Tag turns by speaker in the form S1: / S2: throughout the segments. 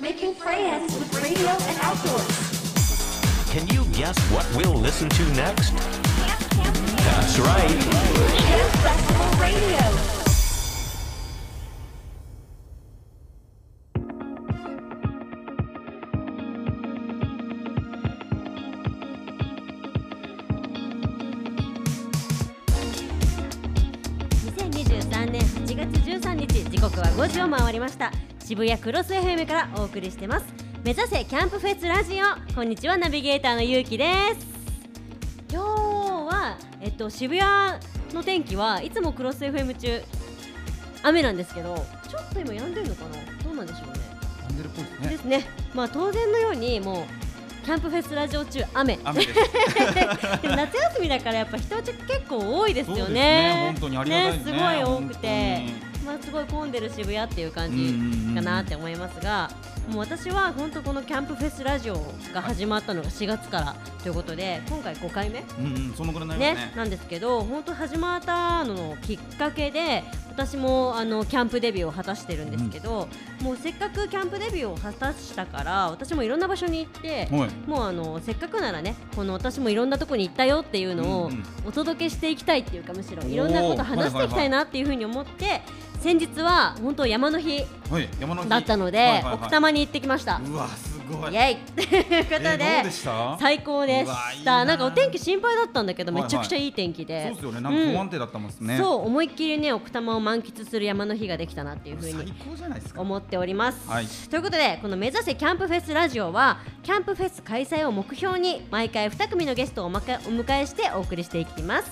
S1: making plans with radio and outdoors.
S2: Can you guess what we'll listen to next?
S1: Camp, camp, camp,
S2: That's right.
S1: Jazz Festival Radio.
S3: 2023年8月13日時刻は5時を回りました渋谷クロス FM からお送りしてます目指せキャンプフェスラジオこんにちはナビゲーターのゆうきです今日はえっと渋谷の天気はいつもクロス FM 中雨なんですけどちょっと今止んでるのかなどうなんでしょうね
S4: 飛んでるっぽいです
S3: で
S4: ね。
S3: すねまあ当然のようにもうキャンプフェスラジオ中雨
S4: 雨です。
S3: でも夏休みだからやっぱ人結構多いですよ
S4: そうです
S3: ね
S4: ね。本当にありがたいですね
S3: すごい多くて、まあすごい混んでる渋谷っていう感じかなって思いますが、もう私は本当このキャンプフェスラジオが始まったのが4月からということで、今回5回目。
S4: うんうん、そのぐらいになり
S3: ね
S4: ますね。
S3: なんですけど本当始まったののきっかけで私もあのキャンプデビューを果たしてるんですけど、もうせっかくキャンプデビューを果たしたから私もいろんな場所に行って、
S4: はい
S3: もうあのせっかくならねこの私もいろんなとこに行ったよっていうのを
S4: うんうん
S3: お届けしていきたいっていうかむしろ
S4: おー
S3: いろんなこと話していきたいなっていうふうに思って、先日は本当山の日
S4: はい、山の日
S3: だったので、
S4: はいはいはい
S3: 奥多摩に行ってきました。
S4: うわ、すごい。
S3: イエ イということで,、
S4: えーどうでした
S3: 最高で
S4: うわい
S3: し
S4: い
S3: た
S4: な
S3: なんかお天気心配だったんだけど
S4: はい
S3: め
S4: はい
S3: ちゃくちゃいい天気で、
S4: そうですよね、なんか不安定だったもんです
S3: うん
S4: ね。
S3: そう思いっきりね奥多摩を満喫する山の日ができたなっていうふう
S4: 最
S3: に
S4: 高じゃないですか。
S3: 思っております、
S4: はい
S3: ということでこの「目指せキャンプフェスラジオは」キャンプフェス開催を目標に毎回2組のゲストをおまかお迎えしてお送りしていきます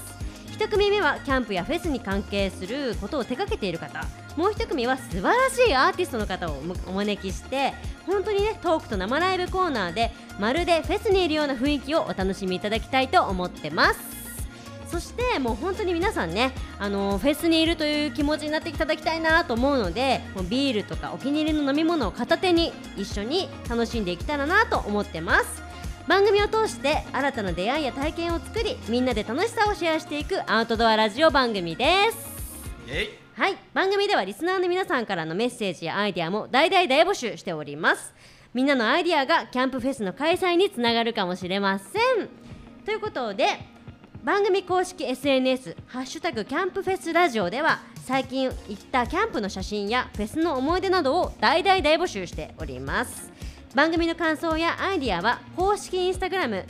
S3: 1組目はキャンプやフェスに関係することを手掛けている方もう1組は素晴らしいアーティストの方をおむお招きして本当にねトークと生ライブコーナーでまるでフェスにいるような雰囲気をお楽しみいただきたいと思ってますそしてもう本当に皆さんねあのフェスにいるという気持ちになっていただきたいなと思うのでもうビールとかお気に入りの飲み物を片手に一緒に楽しんでいけたらなと思ってます番組を通して新たな出会いや体験を作りみんなで楽しさをシェアしていくアウトドアラジオ番組です
S4: イエイ
S3: はい番組ではリスナーの皆さんからのメッセージやアイデアも大々大募集しておりますみんなのアイデアがキャンプフェスの開催につながるかもしれませんということで番組公式 SNS「ハッシュタグキャンプフェスラジオ」では最近行ったキャンプの写真やフェスの思い出などを大々大募集しております番組の感想やアイデアは公式インスタグラム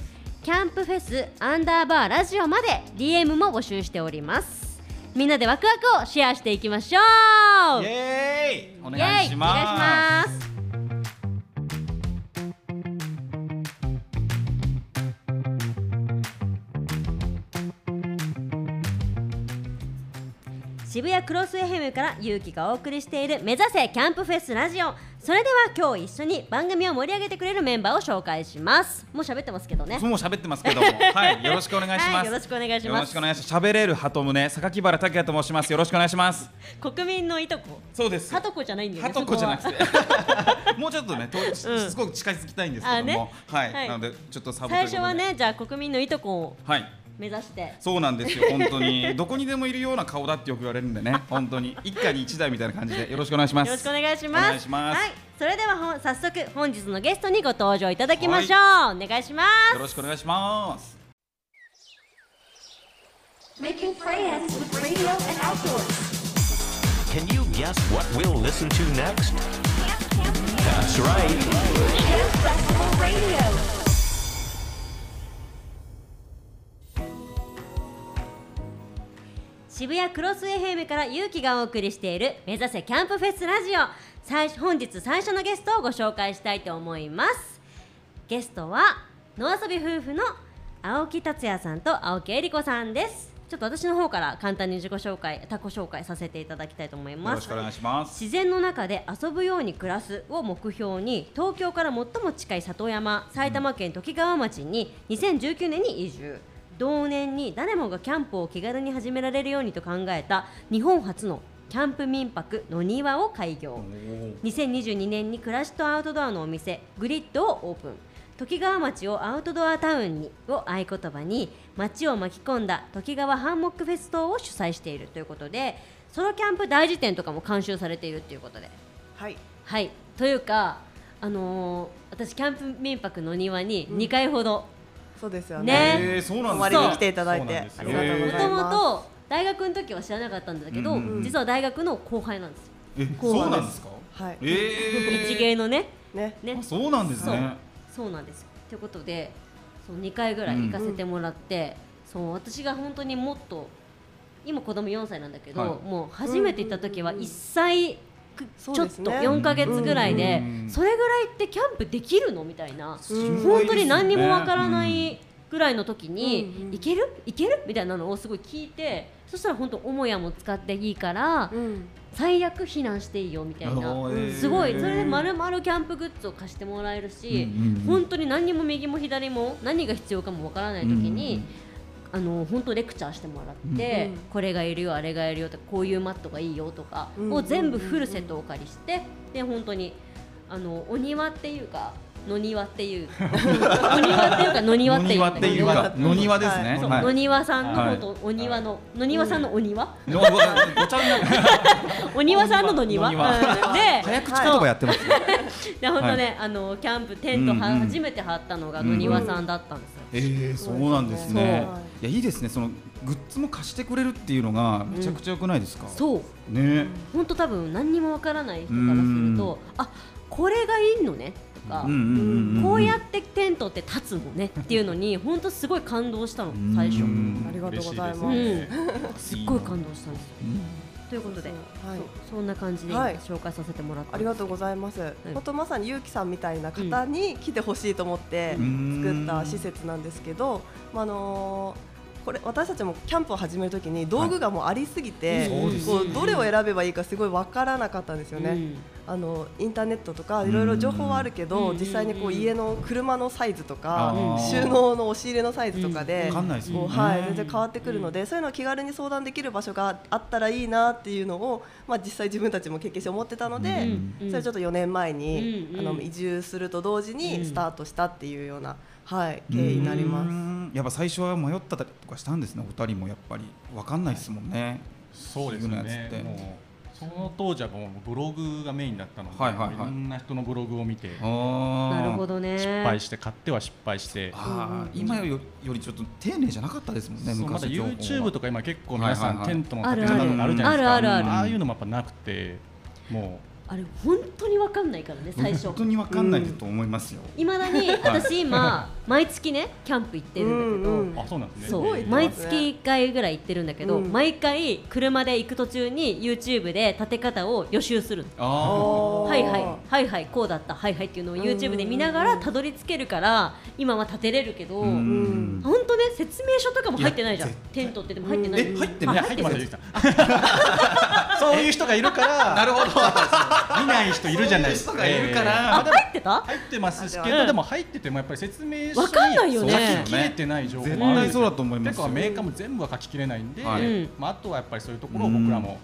S3: キャンプフェスアンダーバーラジオまで DM も募集しておりますみんなでワクワクをシェアしていきましょう
S4: イエイお
S3: お
S4: 願いします。
S3: す渋谷クロス FM から勇気がお送りしている「目指せキャンプフェスラジオ」それでは今日一緒に番組を盛り上げてくれるメンバーを紹介しますもう喋ってますけどね
S4: もう喋ってますけども、はい、よろしくお願いします。
S3: はいよろしくお願いします
S4: よろしくお願いします。喋れる鳩宗、榊原拓也と申します。よろしくお願いします。
S3: 国民のいとこ
S4: そうです。
S3: はとこじゃないんだよね
S4: ハトコじゃなく
S3: そこは
S4: て、もうちょっとね、とし
S3: うん
S4: すごく近づきたいんですけども、
S3: あね
S4: はい、
S3: はい
S4: なのでちょっとサボという
S3: 最
S4: ことで
S3: 初は、ねじゃあ国民のいとこを
S4: はい。
S3: 目指して
S4: そうなんですよ、本当にどこにでもいるような顔だってよく言われるんでね、本当に一家に一台みたいな感じでよろしくお願いします。
S3: よろしくお願いします。
S4: お願いします
S3: はい、それではほん早速本日のゲストにご登場いただきましょう。お願いしま
S4: よろしくお願いします。
S1: Making plans with radio and outdoors.
S2: Can you guess what we'll listen to next?
S1: Camp, camp, camp,
S2: That's right.
S1: Jazz Festival Radio.
S3: す。渋谷クロス FM から勇気がお送りしている目指せキャンプフェスラジオ。最初本日最初のゲストをご紹介したいと思います。ゲストは野遊び夫婦の青木達也さんと青木恵理子さんです。ちょっと私の方から簡単に自己紹介、他己紹介させていただきたいと思います。
S4: よろしくお願いします。
S3: 自然の中で遊ぶように暮らすを目標に東京から最も近い里山埼玉県ときがわ町に2019年に移住同年に誰もがキャンプを気軽に始められるようにと考えた日本初のキャンプ民泊の庭を開業2022年に暮らしとアウトドアのお店グリッドをオープンときがわ町をアウトドアタウンにを合言葉に町を巻き込んだときがわハンモックフェストを主催しているということでソロキャンプ大辞典とかも監修されているということで
S5: はい、
S3: はいというかあのー私キャンプ民泊の庭に2回ほど
S5: そうですよ
S3: ね
S5: ね。
S4: えー、そうなん
S5: 泊
S4: で
S5: ますり
S4: ね
S5: に来ていただいてあ
S4: そう
S5: り
S4: な
S5: が
S4: ん
S5: とう
S4: で
S3: も
S5: ご
S4: すよ
S5: ざ
S3: と
S5: い
S3: も
S5: ま
S3: と大学の時は知らなかったんだけど、
S4: うんうん
S5: うん
S3: 実は大学の後輩なんですよ
S4: え
S5: こう
S4: そうなんですか
S5: す。はい。
S4: えー、
S3: 一芸のね
S5: ね。
S3: ね
S4: あそうなんですね
S3: そうなんですよ。ということで、そう2回ぐらい行かせてもらって、そう私が本当にもっと今子供4歳なんだけど、
S4: はい
S3: もう初めて行った時は1歳く
S5: そう
S3: ちょっ
S5: で
S3: と
S5: すね
S3: 4ヶ月ぐらいで、
S4: うん
S3: それぐらいってキャンプできるのみたいな、
S5: うん
S3: 本当に何にもわからな
S4: うん
S3: いぐらいの時に、
S5: うんうん
S3: いけるいけるみたいなのをすごい聞いて、そしたら本当母屋も使っていいから、
S5: うん。
S3: 最悪避難していいよみたいな。
S4: あー
S3: すごい
S4: えー
S3: それでまるまるキャンプグッズを貸してもらえるし、
S4: うんうんうん
S3: 本当に何にも右も左も何が必要かもわからない時に、あの本当レクチャーしてもらって、
S5: うんうん
S3: これがいるよあれがいるよとかこういうマットがいいよとか
S5: うん
S3: を全部フルセットをお借りしてで本当にあのお庭っていうか野庭っていうお庭っていうか野庭ってい
S4: 野庭
S3: う
S4: っていう
S5: 野
S4: か野庭ですね
S3: そう
S4: はい
S3: 野庭さんの
S4: はい
S3: 本当お庭の野庭さんのお庭、
S4: のごごちゃになる
S3: お庭さんの野庭
S4: 野庭
S3: うんで
S4: 早口言葉やってますね
S3: で本当ね、あのキャンプテントは、
S4: うんうん
S3: 初めて張ったのが野庭さんだったんですよ。
S4: えー、そうなんですね
S5: そうはい
S4: やいいですねそのグッズも貸してくれるっていうのがめちゃくちゃ良くないですか、
S3: そう
S4: ね
S3: 本当多分何にもわからない人からすると、あこれがいいのねとか、
S4: うんうんうんうん
S3: こうやってテントって立つのねっていうの に本当すごい感動したの
S4: うん
S3: 最初、
S4: うん
S5: ありがとうございます。
S3: う
S5: うん
S3: ん、すっごい感動したんですよ。ということで、
S5: はい
S3: そう。そんな感じで今
S5: はい
S3: 紹介させてもらった
S5: あ
S3: ん
S5: り
S3: です
S5: がとうございます
S3: ん。
S5: 本当まさにゆうきさんみたいな方に来てほしいと思って
S4: うん
S5: 作った施設なんですけど、まああのーこれ私たちもキャンプを始めるときに道具がもうありすぎて、
S3: はい
S4: そうです
S5: こうどれを選べばいいかすごいわからなかったんですよね。
S3: うん
S5: あのインターネットとかいろいろ情報はあるけど、
S3: うん
S5: 実際にこ
S3: う
S5: うん家の車のサイズとか、
S4: あー
S5: 収納の押し入れのサイズとかで、
S4: わかんないですも
S5: こ
S4: ん
S5: う
S4: ね
S5: はい、全然変わってくるので、そういうのを気軽に相談できる場所があったらいいなっていうのを、まあ、実際自分たちも経験して思ってたので、
S3: うんうん
S5: それちょっと4年前に、
S3: うんうん
S5: あの移住すると同時
S3: うん
S5: にスタートしたっていうような、はい、経緯になります。
S4: すやっぱ最初は迷ったりとかしたんですねお二人もやっぱりわかんないですもんね
S6: そうです
S4: 器具のやつっ
S6: ね。
S4: て
S6: もうその当時はもうブログがメインだったので、
S4: はい
S6: い
S4: はいはい
S6: ろんな人のブログを見て
S3: な
S4: な
S3: るほどね。
S6: 失敗して買っては失敗して、
S4: あー今よよりちょっと丁寧じゃなかったですもんね
S6: そうま
S4: 昔
S6: だ
S4: の情報は
S6: YouTube とか今結構皆さ
S4: は
S6: ん
S4: いはい
S6: テ
S4: はい
S6: ントの立て方とかあるじゃないです
S3: ある
S6: か。
S3: あるある
S6: ああいうのもやっぱなくて、も
S3: あれ本当にわかんないからね最初。
S4: 本当にわかんないと思いますよ、
S3: いまだに私今毎月ねキャンプ行ってるんだけど、
S5: うんうん
S6: うあそうなんですね。
S3: そ
S5: ご
S3: う
S5: い
S3: 毎
S5: ね
S3: 月1回ぐらい行ってるんだけど、
S5: うん
S3: 毎回車で行く途中に YouTube で立て方を予習するの
S4: あ
S3: はいはいはいはいこうだったはいはいっていうのを YouTube で見ながらたどり着けるから今は立てれるけど、
S4: あ、
S3: 本
S5: ん
S3: 当ほんとね説明書とかも入ってないじゃん
S4: いや
S3: テントってでも入ってない、
S4: え入って
S6: い
S4: ない
S6: や入ってますよゆきさんそういう人がい るから、なるほど。見ない人いるじゃないですか。
S4: そういう人がいるから
S3: あ入ってた
S6: 入ってますけ
S3: う
S6: ど
S3: ん
S6: でも入っててもやっぱり説明書
S3: わかんないよね
S6: 書ききれてない情報
S4: 絶
S6: もあるん
S4: 対
S6: です
S4: そう
S6: よ
S4: だと思います
S6: 結
S4: よ
S6: 構メーカーも全部は書ききれないんで、
S4: はい
S6: まあ、あとはやっぱりそういうところを僕らも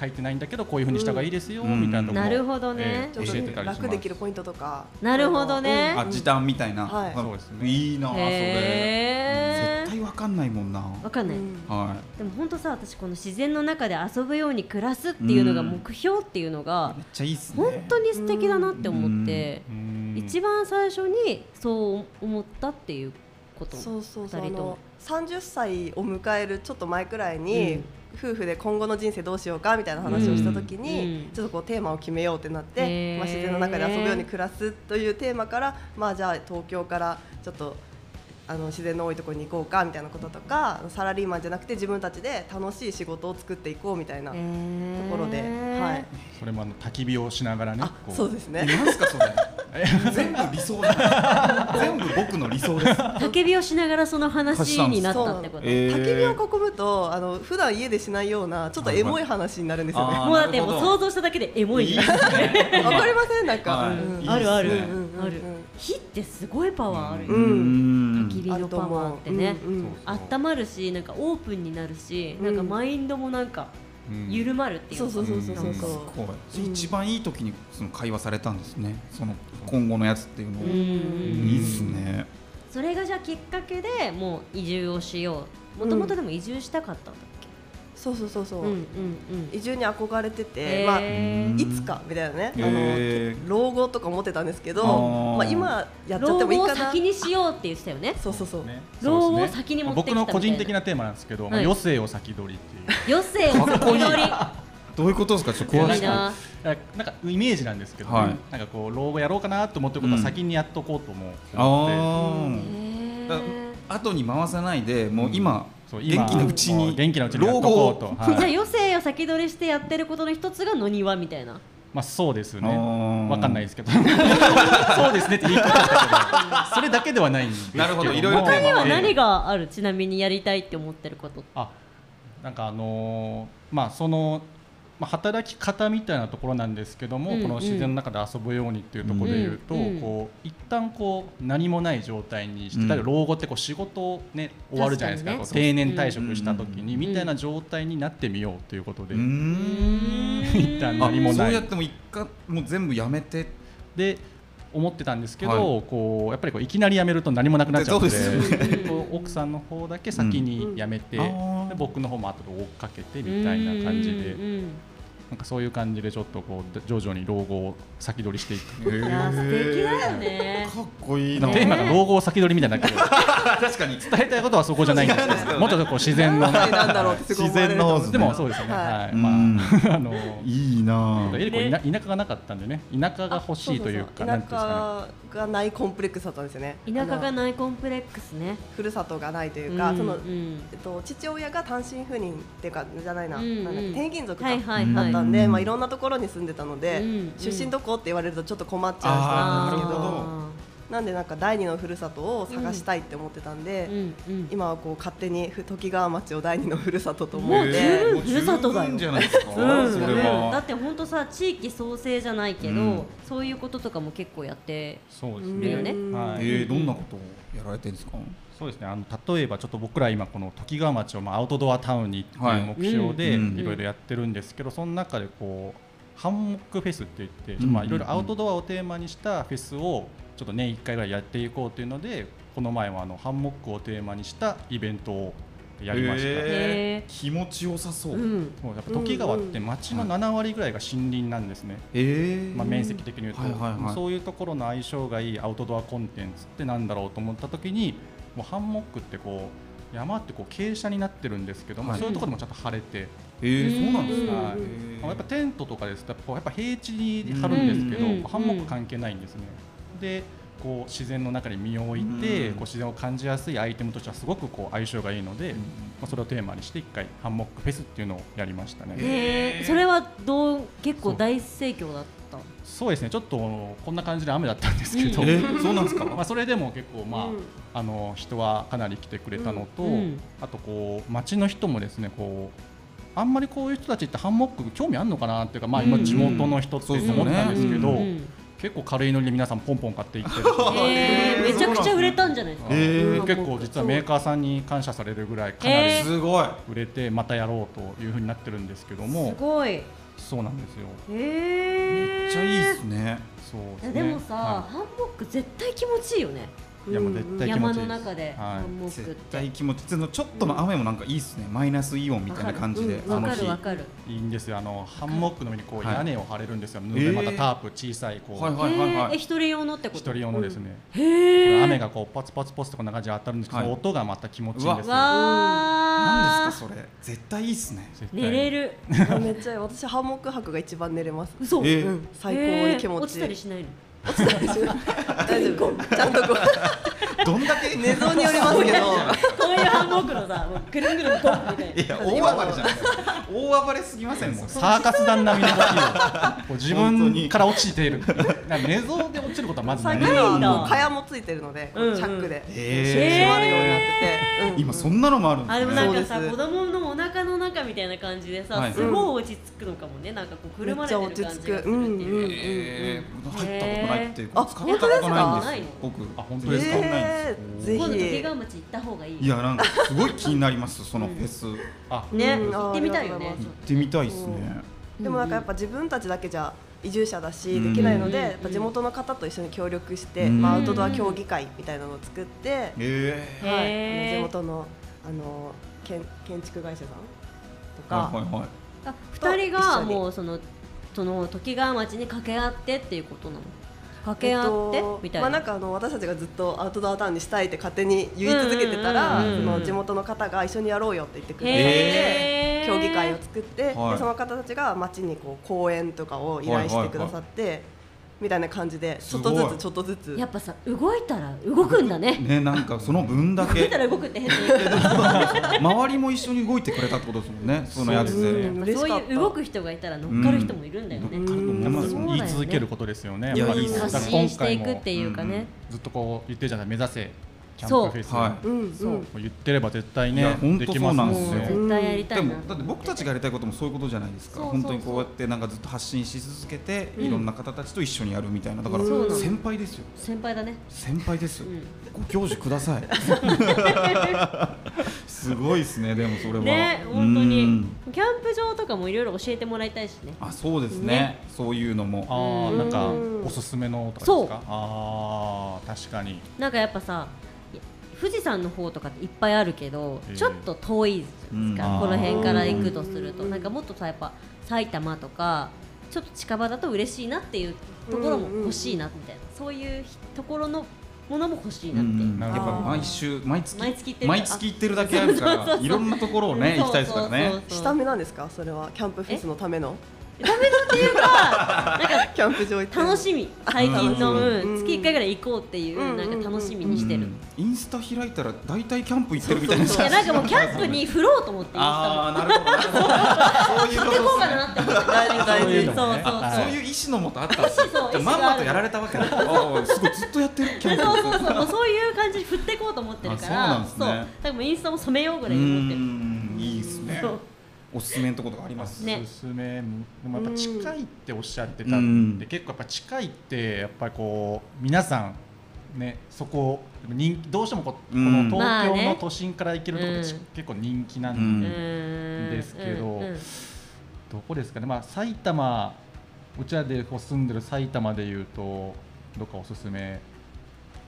S6: 書いてないんだけどこういうふうにした方がいいですよ、
S4: うん
S6: みたいなところも
S3: なるほどね
S5: ちょっと
S6: 教えてたりします
S5: 楽できるポイントとか。
S3: なるほどね
S4: あ時短みたいな、
S5: はい
S4: あ
S6: そうですね
S4: いいなあそれ
S3: へ
S4: 絶
S3: え
S4: 対わかんないもんな
S3: わかん
S5: う
S3: ない、
S5: ん
S4: は
S3: でも本当さ私この自然の中で遊ぶように暮らすっていうのが目標っていうのが
S4: いめっちゃいいっすね
S3: 本当に素敵だなって思って、
S6: うん
S3: 一番最初にそう思ったっていうこと
S5: そうそうそう
S3: 二
S5: あ
S3: 人とも
S5: の30歳を迎えるちょっと前くらいに、
S3: うん
S5: 夫婦で今後の人生どうしようかみたいな話をした時
S3: う
S5: に、
S3: ん
S5: ちょっとこうテーマを決めようってなって、
S3: へー
S5: まあ、自然の中で遊ぶように暮らすというテーマから、まあ、じゃあ東京からちょっと。あの自然の多いところに行こうかみたいなこととかサラリーマンじゃなくて自分たちで楽しい仕事を作っていこうみたいな
S3: と
S5: ところで、はい、
S6: それもあの焚き火をしながらね
S5: あ
S6: こ
S5: そうですね
S4: なんすかそれ 全部理想だ全部僕の 理想で す
S3: い焚き火をしながらその話になったってこと、
S4: えー
S5: 焚き火を囲むとあの普段家でしないようなちょっとエモい話になるんですよね。
S4: あ
S3: もうだって
S4: なる
S3: も
S4: ほ
S3: う
S4: ど
S3: 想像しただけでエモい
S4: いいっすね
S5: わかりませんなんか、
S4: は
S5: う
S4: い
S5: ん
S4: いいっすね
S3: あるある、
S5: うんうんうん
S3: ある火ってすごいパワーあるよ、
S5: う
S4: うんん
S3: 焚き火のパワーってね、
S5: うんうん
S6: そうそう
S3: 温まるしなんかオープンになるし、なんかマインドもなんか
S6: うん
S3: 緩まるっていう
S5: そうそうそうそうそう
S4: す
S5: そう。
S4: ごい一番いい時にその会話されたんですねその今後のやつっていうのを
S3: うん
S4: いいっすね
S3: それがじゃあきっかけでもう移住をしようもともとでも移住したかったんだっけ、
S5: そうそうそうそう、
S3: うんうんうん
S5: 移住に憧れてて、
S3: へー
S5: まあ
S3: うん
S5: いつかみたいなね、
S4: へー
S5: あの老後とか思ってたんですけど、
S4: あー
S5: まあ今やっちゃ
S3: 老
S5: ってもいい
S3: 後を
S5: かな
S3: 先。にしようって言ってたよね
S5: そうそうそう。
S6: ね
S3: 老後
S6: そう
S3: を
S6: ですね
S3: 先に持ってきたみ
S6: 僕
S3: たいな
S6: の個人的なテーマなんですけど、まあ
S3: はい
S6: 余生を先取りっていう
S3: 余生を先取り
S4: どういうことですかちょっと
S3: いい
S4: 詳
S6: や
S4: しく
S3: な
S6: なんかイメージなんですけど、
S4: はい
S6: なんかこう老後やろうかなと思ってることは先にやっとこうと思う
S4: あー
S3: へー
S4: 後に回さないでもう今
S6: そう
S4: 元気なうち
S6: も
S4: に
S6: 元気なうちにやっとこうと、
S4: 老
S6: はい
S3: じゃあ余生を先取りしてやってることの一つが野庭みたいな
S6: まあそうですね
S4: あー
S6: わかんないですけど そうですねって言い方でしたけどそれだけではないんですけど
S4: なるほどいろいろ
S6: 他
S4: テーマ
S3: では何があるちなみにやりたいって思ってること
S6: あなんかあのーまあその、まあ、働き方みたいなところなんですけども、
S3: うんうん
S6: この自然の中で遊ぶようにっていうところで言うと、
S3: うんうん
S6: こう一旦こう何もない状態にして、
S4: うん
S6: だけど老後ってこう仕事をね終わるじゃないですか
S3: 確かにね
S6: こう定年退職した時に、
S4: うん
S6: みたいな状態になってみようということで、
S4: うーん
S6: 一旦
S4: あ
S6: 何もな
S4: そう
S6: い
S4: やっても一回もう全部やめて
S6: で思ってたんですけど、
S4: は
S6: こうやっぱりこういきなり辞めると何もなくなっちゃうので
S4: そうです
S6: こう奥さんの方だけ先に辞めて、
S4: うんあー
S6: で僕の方も後で追っかけてみたいな感じで。
S3: うんうん
S6: なんかそういう感じでちょっとこう徐々に老後を先取りしていく。
S3: いや素敵だよね
S4: かっこいい
S6: テ
S4: な
S3: ねえ
S6: ーマが老後を先取りみたいなだけど伝
S4: 確かに
S6: えたいことはそこじゃないんです
S4: そうです
S6: け
S4: よ
S6: ど、
S4: ね
S6: もっとこう自然の
S5: なんでなんだろうってすごい思われると思う
S4: 自
S6: で
S4: 然の
S6: もそうですよね。
S5: は
S6: はい。
S4: うん
S6: まああのえ
S4: いいな
S6: りこう田田舎がなかったんでね、田舎が欲しいというか
S5: 田
S6: なんていうんですか
S5: 舎がないコンプレックスだったんですよね。
S3: 田舎が
S5: あの
S3: ないコンプレックスね
S5: ふるさとがないというか、
S3: うん
S5: その
S3: うん
S5: えっと父親が単身赴任っていうかじゃないな、
S3: うんうん
S5: なんだっけ転勤族だ
S3: は
S5: っ
S3: いはい
S5: だ
S3: は
S5: っ
S3: い
S5: たんで、まあいろんなところに住んでたので、
S3: うん
S5: 出身どこって言われるとちょっと困っちゃう人なんですけど、
S3: あ
S5: なんでなんか第二のふるさとを探したいって思ってたんで、
S3: ーうんうん
S5: 今はこう勝手にふ時川町を第二のふるさとと思
S3: も
S5: っ
S3: う
S5: て、
S3: 十分
S4: もう
S3: ふるさとだ
S4: 十
S3: よ
S4: 分じゃないですかそれ
S3: うんだ
S4: は
S3: って本当さ地域創生じゃないけど、
S4: うん
S3: そういうこととかも結構やって
S6: そうで
S3: いいよ
S6: す
S3: ね
S6: ね。は
S4: え
S6: い。
S4: ーどんなことをやられてるんですか
S6: そうですねあの例えばちょっと僕ら今この時川町をまあアウトドアタウンにって
S4: はい
S6: いう目標で
S4: うん
S6: いろいろやってるんですけど、その中でこうハンモックフェスって言って、
S4: うん
S6: まあいろいろアウトドアをテーマにしたフェスをちょっと年1回ぐらいやっていこうというのでこの前はあのハンモックをテーマにしたイベントをやりました。
S4: へ
S3: へ
S4: ー気持ちよさそううん
S6: もうやっぱ時川って町の7割ぐらいが森林なんですね、
S4: ええ
S6: まあ、面積的に言うと、
S4: はいはいはい
S6: そういうところの相性がいいアウトドアコンテンツってなんだろうと思った時にもうハンモックってこう山ってこう傾斜になってるんですけども、
S4: はい
S6: そういうところでもちゃんと晴れて、
S4: えーそうなんですか
S6: はい
S4: えー
S6: やっぱテントとかですとこうやっぱ平地に張るんですけど、
S3: うんうん
S6: ハンモック関係ないんですね。でこう自然の中に身を置いて、
S4: うん
S6: こう自然を感じやすいアイテムとしてはすごくこう相性がいいので、
S4: うん
S6: まあ、それをテーマにして一回ハンモックフェスっていうのをやりましたね。
S3: へえそれはどう結構大盛況だ った
S6: そうですねちょっとこんな感じで雨だったんですけど、
S4: えーそうなんですか
S6: まあ、それでも結構、まあ
S5: うん
S6: あの人はかなり来てくれたのと、
S3: うんうん
S6: あとこう街の人もですねこうあんまりこういう人たちってハンモック興味あるのかなっていうか、まあ、今
S3: うん
S6: 地元の人って
S4: そうですよね
S6: 思ったんですけど、
S4: うん
S3: うん
S6: 結構軽いノリで皆さんポンポン買ってい ってる
S3: へーめちゃくちゃ売れたんじゃないですか、
S4: えー
S6: 結構実はメーカーさんに感謝されるぐらいかな
S3: えー
S6: り
S4: すごい
S6: 売れてまたやろうというふうになってるんですけど
S3: す
S6: も
S3: ごいへ
S6: そうなんですよ
S3: え
S4: めっちゃいいですね
S6: そう
S3: い
S6: す
S3: や
S6: ね
S3: でもさ、
S6: はい
S3: ハンモック絶対気持ちいいよね
S6: いやもう絶対気持
S3: 山
S6: ちいい
S3: の
S6: す
S3: 中で、
S6: は
S3: ハンモックっ
S4: 絶
S3: て
S4: 対気持ちそのちょっとの雨もなんかいいですねマイナスイオンみたいな感じで
S3: わか
S4: あの日
S3: るわかる
S6: い、いんですよあのハンモックの上にこう
S4: はい
S6: 屋根を張れるんですよ、布
S4: え
S6: で
S4: ー
S6: またタープ小さいこう、
S4: はい
S3: わか
S4: はい
S3: る
S4: はい
S3: へー
S4: は
S3: え
S4: い
S3: 一人用のってこ
S6: 一
S3: と
S6: 人用のですね、
S3: へえ
S6: 雨がこうポツポツポツとこんな感じで当たるんですけど、
S4: はい
S6: 音がまた気持ちいいんですよ
S4: な
S3: わ
S4: ん
S3: あ
S4: ですかそれ絶対いいっすね
S6: 絶対
S3: 寝れる
S5: あ めっちゃいい私ハンモック泊が一番寝れます。
S3: 嘘、
S4: えー
S5: うん、最高に気持
S3: へー落
S5: ち
S3: ち
S5: いい。
S3: たりしないの
S5: 落ちたりしない。大丈夫。ちゃんとこう
S4: どんだ け
S5: 寝相によりますけど。
S3: こういうハンモックのさ、もうぐるんぐるんゴンみたい
S4: いや大暴れじゃないですか大暴れすぎませんもう
S6: サーカス団並みの動きをこう自
S4: 本当
S6: 分
S4: に
S6: から落ち ているなんか寝相で落ちることはまずない
S5: 今は
S3: んだ
S5: もう蚊帳もついてるので、こ
S3: うんう
S5: うんチャックで
S4: えー
S5: 縛るようになってて。うん
S4: 今そんなのもあるん
S3: な。あでも
S4: です
S3: な
S4: ね
S3: んかさ、
S5: そうで
S3: 子
S5: す
S3: 供のお腹の中みたいな感じでさ、
S4: はい
S3: すごい落ち着くのかもね、なんかこうくるまれてる感じがするって
S5: めっちゃ落ち着くうんうんうん
S3: いう。
S4: えー入ったことないっていうか
S5: あ
S4: 使ったことないんです
S3: 本当です
S4: よ
S3: か
S4: 僕
S6: あ本当ですか
S4: 使ったことないん
S5: え
S4: ですよ
S5: ーぜ
S3: 今度時
S5: ひ
S3: 川町行った方がいいよ。
S4: いやなんかすごい気になりますそのフェス行
S6: あ
S3: ね、
S5: うん
S3: 行ってみたいよ
S5: あ
S3: ね
S5: りがとうございま。
S4: ってみたいですね
S5: でもなんかやっぱ自分たちだけじゃ移住者だし
S4: うん
S5: できないので
S3: うん
S5: やっぱ地元の方と一緒に協力して、
S4: うん
S5: まあ、アウトドア協議会みたいなのを作って、
S4: え
S3: へー
S5: はい、あの地元のあの建建築会社さんとか、
S4: はいはいはい
S3: あ二人が
S5: と一緒に
S3: もうそのその時川町に掛け合ってっていうことなの掛け合って、
S5: えっと
S3: みたい
S5: ま
S3: な,、
S5: あ、なんかあの私たちがずっとアウトドアタウンにしたいって勝手に言い続けてたら、
S3: うんうんうんうん
S5: その地元の方が一緒にやろうよって言ってくれ
S3: へ
S5: て、
S3: ー
S5: 競技会を作って、で
S4: はい
S5: その方たちが町にこう公演とかを依頼してくださって、みたいな感じでちょっと
S4: すご
S5: ず
S4: い
S5: つちょっとずつ
S3: やっぱさ動いたら動くんだね
S4: ねなんかその分だ
S3: 動い
S4: け
S3: たら動くって変
S4: 周りも一緒に動いてくれたってことですもんねそのやつ
S5: そうで
S4: です
S5: ね
S3: な
S5: 嬉し
S3: そ
S5: か
S3: う
S5: った
S3: いう動く人がいたら乗っかる人もいるんだよね、
S4: うん乗っかると思います
S3: そうだよ
S6: 言
S3: ね
S6: い続けることですよね。
S4: いや
S6: やっぱり
S4: いいです
S6: だ
S3: 発
S6: から
S3: 信
S6: 今
S3: して
S6: 回
S3: いくっ
S6: も
S3: ていうかね、
S6: ずっとこう言ってるじゃない目指せキ
S3: そ
S6: ャ
S3: う
S6: ンプフェス。
S4: は
S5: うんうん
S6: もう言ってれば絶対ね
S4: いやほんと
S6: できますもん
S4: そう
S3: もうん
S4: なですよ
S3: 絶対やりた
S4: で
S3: いなと思
S4: も
S3: って
S4: だって僕たちがやりたいこともそういうことじゃないですか
S3: そう
S4: 本当にこう
S3: そ
S4: や
S3: う
S4: っ
S3: そう
S4: てなんかずっと発信し続けていろんな方たちと一緒にやるみたいなだから
S3: そうなの
S4: 先輩ですよ
S3: 先輩だね
S4: 先輩ですよ
S3: うん
S4: ご教授く ださいすごいですねでもそれは
S3: ね本当に
S4: うん
S3: キャンプ場とかもいろいろ教えてもらいたいしね
S4: あそうですね
S3: ね
S4: そういうのも
S6: ああ
S3: うん
S6: なんか
S5: うん
S6: おすすめのとか
S3: そ
S6: で
S3: う
S6: すか。ああ確かに。
S3: なんかやっぱさ富士山の方とかっていっぱいあるけど、
S6: ええ
S3: ちょっと遠いじゃないですか、
S6: うん
S3: この辺から行くとすると、
S5: うん
S3: なんかもっとさやっぱ埼玉とかちょっと近場だと嬉しいなっていうところも欲しいなみたいな、そういうひところのものも欲しいなって、
S4: うん、
S6: な
S4: やっ
S6: るほど
S4: ぱ毎週毎月
S3: 毎月行ってる
S4: 毎月行ってるだけあるからいろんなところをね
S3: そ
S4: 行
S3: う
S4: きたいですからね
S3: そうそうそう
S5: 下見なんですかそれはキャンプフェスのための
S3: っていうか
S5: キャンプ場行って
S3: 楽しみ最近の、
S4: うん
S3: うん月1回ぐらい行こうっていう、
S5: うん
S3: なんか楽しみにしてる、
S4: うんインスタ開いたら大体キャンプ行ってるみたいない
S3: やなんかもうキャンプ に振ろうと思ってインス
S4: あ
S3: タ
S4: あなるほどなるほどそういう
S3: も
S4: こ
S3: 持ってこうか
S4: とで
S3: なっ
S4: すね
S3: て思って
S5: 大事大
S6: そういう
S5: 事
S6: の
S3: そうそうそう、
S6: は
S4: そういう意思のもとあったんです
S3: そ
S4: よ
S3: う
S4: じゃあ
S3: 意思
S4: まん
S3: がある
S4: まとやられたわけだああすごいずっとやってる キャンプ
S3: そうそうそう、もうそういう感じに振っていこうと思ってるから、
S4: あそうなんですね
S3: そう多分インスタも染めようぐ
S4: う
S3: らい思ってる。
S4: んいいですね
S3: そう
S4: おすすめのとことかあります
S3: ね
S6: おすすめでもやっぱ近いっておっしゃってた
S4: うんん
S6: で結構やっぱ近いってやっぱりこう皆さんねそこ人どうしてもこうこ
S4: うん
S6: の
S3: まあ
S6: 東京
S3: ね
S6: の都心から行けるとこってち
S3: うん
S6: 結構人気な
S4: うん
S6: で
S4: ん
S3: うん
S6: ですけど
S3: うんうん
S6: どこですかねまあ埼玉うちらでこう住んでる埼玉でいうとどっかおすすめ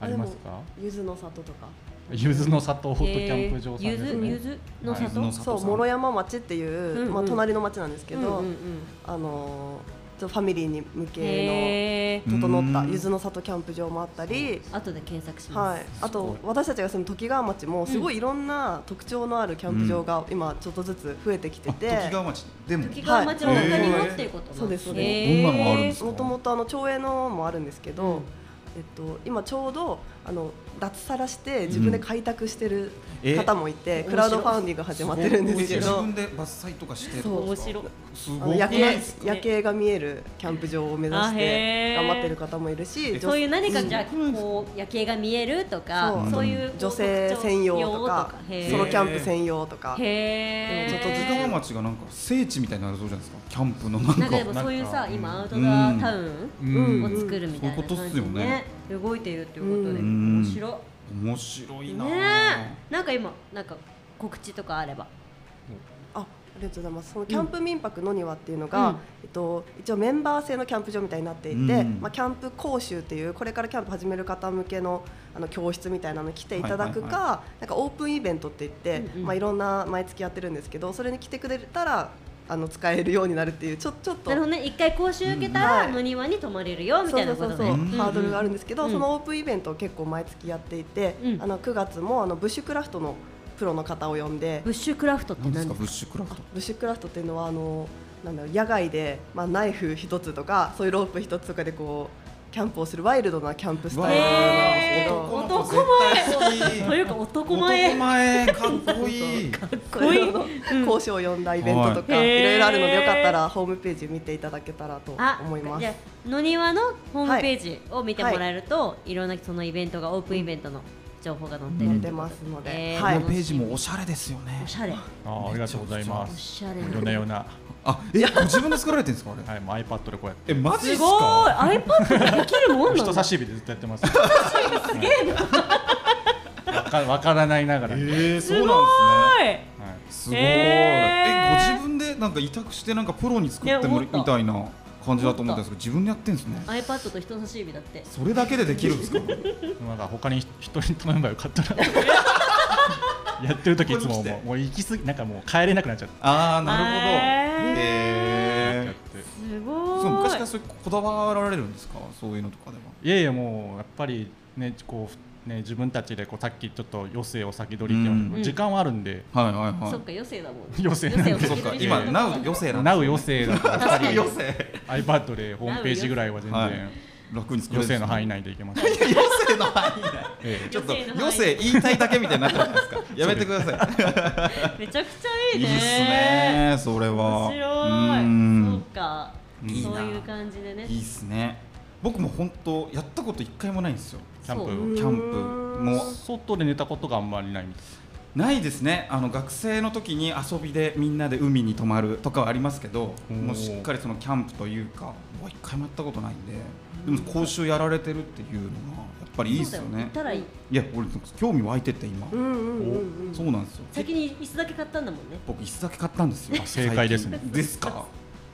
S6: ありますか
S5: ゆずの里とか
S6: ゆずの里フォートキャンプ場さん
S3: ゆ
S6: です
S3: ず
S6: ね
S3: ゆずの
S6: はいゆ
S3: 里
S6: ず
S4: の
S5: そう
S4: 里さん
S5: 諸山町っていう、
S3: うんうん
S5: まあ、隣の町なんですけど、
S3: うんうん
S5: あのーちょっとファミリーに向
S3: うん
S5: け
S3: へー
S5: の整った
S4: うん
S5: ゆずの里キャンプ場もあったり、
S3: 後で検索しま
S5: は
S3: す。
S5: い、あと私たちが住む時川町もすごいいろんな特徴のあるキャンプ場が今ちょっとずつ増えてきて
S4: あ
S5: て、
S4: 時川町でも
S3: 時川町の他にもっていうことなん
S5: そうですそうです
S3: へー
S4: どんなのがあるんですか
S5: もともとあの町営のもあるんですけど、
S3: うん
S5: えっと、今ちょうどあの脱サラして自分で開拓してる方もいて、
S3: え
S5: クラウドファウンディングが始まってるんですけ
S4: 自
S5: ど
S4: 分で伐採とかして
S3: そう面白い。
S4: す
S5: あの
S4: ごい
S5: 夜
S3: ね
S5: 景夜景が見えるキャンプ場を目指
S3: あ
S5: し
S3: へ
S5: て
S3: ー
S5: 頑張ってる方もいるし
S3: そういう
S5: 女
S3: 何かじゃあこう夜景が見えるとか
S5: そう
S3: そういう
S5: 女性専用とか
S3: へー
S5: ソロキャンプ専用とか
S3: へー
S5: でもちょっと
S4: 時川町がなんか聖地みたいになるそうじゃないですかキャンプのなん
S3: なんか
S4: か
S3: でもそういう
S6: な
S3: さ
S6: んか
S3: 今アウトドアタウン
S6: う
S3: を
S6: ん
S3: 作るみたいな
S4: そういうこと
S3: 感
S4: っ
S3: じ
S4: す
S3: で
S4: よ
S3: ね
S4: ね
S3: 動いているっていうことで
S4: うん
S3: 面白
S4: 面白
S3: い
S4: い
S3: ね
S4: な
S3: えなんか今なんか告知とかあれば
S5: あありがとうございますそのキャンプ民泊の庭っていうのが、
S3: うん
S5: えっと、一応メンバー制のキャンプ場みたいになっていて、
S4: うん
S5: まあ、キャンプ講習っていうこれからキャンプ始める方向けのあの教室みたいなのに来ていただくか、
S4: はいは
S5: なんかオープンイベントっていって、
S3: うんうん
S5: まあ、いろんな毎月やってるんですけどそれに来てくれたらあの使えるようになるっていうちょちょっと
S3: なるほどね一回講習受けた
S5: う
S3: ら
S5: ん
S3: 野庭に泊まれるよみたいなこ
S5: そ
S3: と
S5: うそう
S3: ね
S5: そうそう、
S4: うん
S5: ハードルがあるんですけど、
S3: うん
S5: そのオープンイベントを結構毎月やっていて、
S3: うん
S5: あの9月もあのブッシュクラフトのプロの方を呼んで
S3: ブッシュクラフトって
S4: 何です
S3: 何
S4: か
S3: です
S4: ブ
S3: か
S4: ッシュクラフト
S5: ブッシュクラフトっていうのはあのなんだろう野外で、まあ、ナイフ一つとかそういうロープ一つとかでこうキャンプをするワイルドなキャンプスタイルなんですけ
S3: へー
S5: ど
S3: 男
S4: の子絶対好き
S3: というか男前
S4: 男前かっこいい
S5: そ
S3: こいい
S5: れの講師を呼んだイベントとか、
S3: はい
S5: い、ろい ろあるの
S3: へー
S5: でよかったらホームページ見ていただけたらと思いま
S3: じ
S5: す
S3: ゃ。あ野庭のホームページを見てもらえると、い、ろんなそのイベントがオープンイベントの情報が載ってる
S5: や
S3: っ
S5: ってて
S3: こ
S5: ま
S3: と
S5: すので、
S3: えー
S5: はい
S4: このページもおしゃれですよね
S3: おしゃれ
S6: あーありがとうございま
S3: お
S6: す
S3: しゃれな
S6: 夜な夜な、
S4: あえ自分で作られてるんですかあれ
S6: はい、もう iPad でこうやって
S4: えマジっ
S3: す
S4: す
S3: ご
S4: か
S3: い iPad でできるもんな
S6: 人
S3: の
S6: 差し指でずっとやってます。すげえな。わかわからないながら。はい。
S4: えーそうなん
S3: はい
S4: ですねすごい
S3: へー
S4: えご自分でなんか委託してなんかプロに作っても
S3: ね思
S4: み
S3: った
S4: たいな感じだと思ったんですけど自分でやってんですね
S3: iPad と人差し指だって
S4: それだけでできるんですか
S6: なんか他に一人に頼めばよかったな。やってる時いつも
S4: ここに
S6: も
S4: 来
S6: うもう行き過ぎなんかもう帰れなくなっちゃって
S4: ああなるほど
S3: へー
S6: やっ
S4: へえ
S6: て
S3: すご
S4: そう昔
S3: い
S4: からそういうこだわられるんですかそういうのとかではい
S6: やいやもうやっぱりねこうね自分たちでこうさっきちょっと余生を先取りっていうの
S4: う
S6: も時間はあるんで
S4: はいはいはい
S3: そっか余生だもん
S6: 余生
S3: 余生を
S4: そっ
S3: 先
S4: か
S3: 取り
S4: 今
S3: してる
S4: なう余生なん
S6: なう余生だから
S4: 生余生
S6: iPad でホームページぐらいは全
S4: は
S6: 然
S4: い楽に作れ
S6: 余
S4: る
S6: 生の範囲
S4: 内
S6: 内でいけました、
S4: 余生の範囲内
S6: ええ
S4: ちょっと
S3: 余生の範囲
S4: 余生言いたいだけみたいになってるじゃないですかやめてくださ
S3: めちゃくちゃい
S4: い
S3: い
S4: い
S3: ね
S4: いっすねそれは
S3: 面白
S4: う
S3: いそうんか
S4: いいな
S3: そういう感じでね
S4: いいっすね僕も本当やったこと一回もないんですよ
S6: キャンプ
S3: そう
S4: キャンプも
S6: 外で寝たことがあんまりないみたい
S4: ないですねあの学生の時に遊びでみんなで海に泊まるとかはありますけど
S6: おー
S4: もうしっかりそのキャンプというか僕は一回もやったことないんででも講習やられてるっていうのはやっぱりいいですよ
S3: そうだ行
S4: ね
S3: ったらいい
S4: いや俺興味湧いてて今、
S5: うんうんうんうん
S4: そうなんですよ
S3: 先に椅子だけ買ったんだもんね
S4: 僕椅子だけ買ったんですよ
S6: あ正解ですね
S4: 最近ですか
S6: な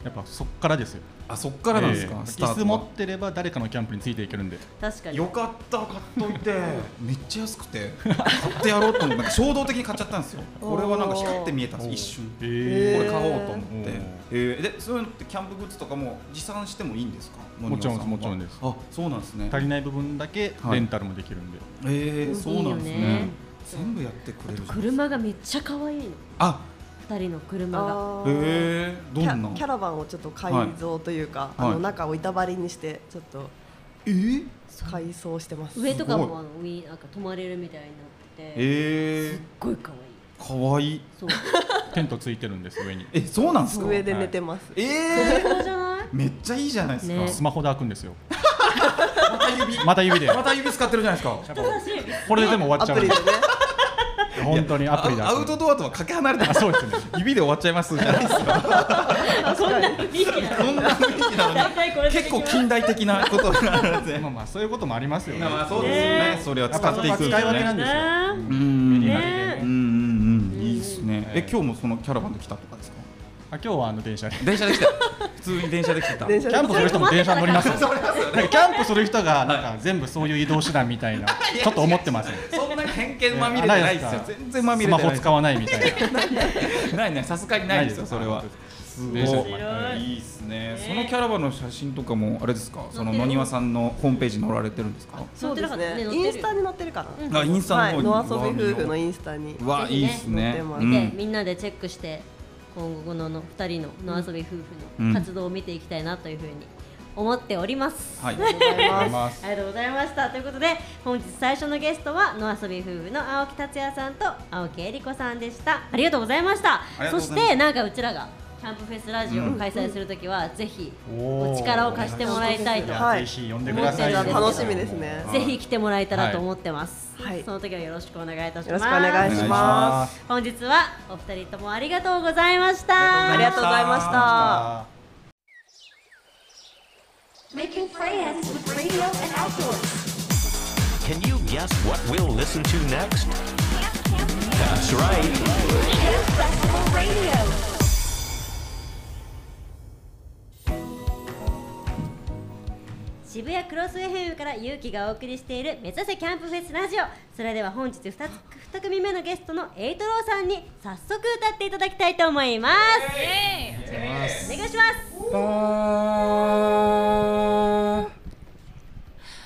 S6: やっぱそっからですよ
S4: あそっからなんですか、
S6: ええ
S4: スター
S6: 椅
S4: ト
S6: 子
S4: が
S6: 持ってれば誰かのキャンプについていけるんで
S3: 確かに
S4: よかった買っといてめっちゃ安くて買ってやろうと思ってなんか衝動的に買っちゃったんですよこれはなんか光って見えたんです一瞬
S6: ええ
S4: これ買おうと思って
S6: へー、
S4: えー、でそういうのってキャンプグッズとかも持参してもいいんですか
S6: もちろんですもちろ
S4: 森本さは
S6: んです
S4: あそうなんですね
S6: 足りない部分だけレンタルもできるんで、
S4: えー、そうなんですね
S3: いいよね
S4: 全部やってくれるじゃん
S3: 車がめっちゃ可愛いの
S4: あ
S3: 二人の車が
S5: あー
S4: えー、ど
S5: キ
S4: んな
S5: ャキャラバンをちょっと改造というか、
S4: はい
S5: あの中を板張りにしてちょっと
S4: えー、
S5: 改装してます。
S3: 上とか
S4: すご
S3: もあのウィーなんか泊まれるみたいになっててすっ
S4: えー、
S3: ごい可愛い
S4: かわいい
S3: そう
S6: テントついてるんです上に
S4: えそうなんですか
S5: 上で寝てます。
S4: え
S3: 最
S4: ー、
S3: 高じゃない
S4: めっちゃいいじゃないですか、
S3: ね
S6: スマホで開くんですよ
S4: また指
S6: また指で
S4: また指使ってるじゃないですか
S3: 優しい
S6: これでもう終わ
S5: ア
S6: っちゃ
S5: プ
S6: うん
S5: リ
S6: で
S5: ですね。
S6: 本当にアプリで
S4: ア
S6: 開く
S4: ウトドアとはかけ離れてま
S6: あ
S4: す
S6: そうですね
S4: 指で終わっちゃいますじゃないですか
S3: こんな雰囲気な
S4: こんな雰囲気なのに
S3: 大体これでで
S4: 結
S3: きま
S4: 構
S3: す
S4: 近代的なことな ので
S6: まあまあそういうこともありますよね。
S4: まあそう
S3: ね
S4: ですよね
S3: ね
S4: それは使っていくんです
S6: やっぱ使い
S4: よ
S6: 分けなん
S4: ね
S6: で
S3: ね
S4: うんうん
S6: メリハリでね
S4: うんうんうんいいですねえ
S6: うん
S4: 今日もそのキャラバンで来たとかですか
S6: あ今日はあの電車で。
S4: 電車で来た普通に電車で来てた
S5: 電
S6: キ
S5: 車
S6: ャンプする人も電車乗ります よ。なんかキャンプする人がなんか全部そういう移動手段みた いなちょっと思ってますね。
S4: そんなに偏見まみれてないですよ
S6: え
S4: 全然まみ
S6: ス
S4: れ
S6: マ
S4: てない
S6: ホ使わないみたいな。
S4: ないねさすがにないですよそれ
S6: ない
S4: は
S6: です
S4: ごい
S6: 電車で
S4: いいですねそのキャラバンの写真とかもあれですかその野庭さんのホームページに載られてるんですか
S5: そうですね。
S3: 乗ってなかったね
S5: インスタに載ってるかな。
S4: あインスタ
S5: はい、
S4: の方に
S5: ノアソビ夫婦のインスタに。
S4: うわ
S3: ぜひ
S4: いい
S3: ね
S4: ですね
S5: 載ってます
S4: うん
S3: でみんなでチェックして今後のの2人の野遊び夫婦の活動を見ていきたいなというふうに思っております、
S4: はい
S5: ありがとうござい
S6: あ
S5: ま
S6: り
S5: す。
S6: ます。
S3: ありがとうございましたということで本日最初のゲストは野遊び夫婦の青木達也さんと青木恵理子さんでしたありがとうございました
S4: ありがと
S3: そう
S4: ござ
S3: し
S4: います
S3: てなんかうちらがキャンプフェスラジオを開催するときは、ぜひ
S6: おー
S3: お力を貸してもらいたいと
S6: いや
S5: はい
S6: ぜひ呼んでくださいよ。
S3: 思ってたん
S5: 楽しみですね。
S3: ぜひ来てもらえたらと思ってます、
S5: はい
S3: その時はよろしくお願いいたします
S5: よろしくお願いし
S4: お願いし
S5: ま。
S4: ます
S3: 本日はお二人ともありがとうございました
S5: ありがとうございました。
S6: あー
S1: Making friends with radio and outdoors.
S2: Can you guess what we'll listen to next? That's right.
S1: Camp Festival Radio.
S3: 渋谷クロス FM から勇気がお送りしている「目指せキャンプフェスラジオ」それでは本日 2, つ2組目のゲストのエイトローさんに早速歌っていただきたいと思いますお願いします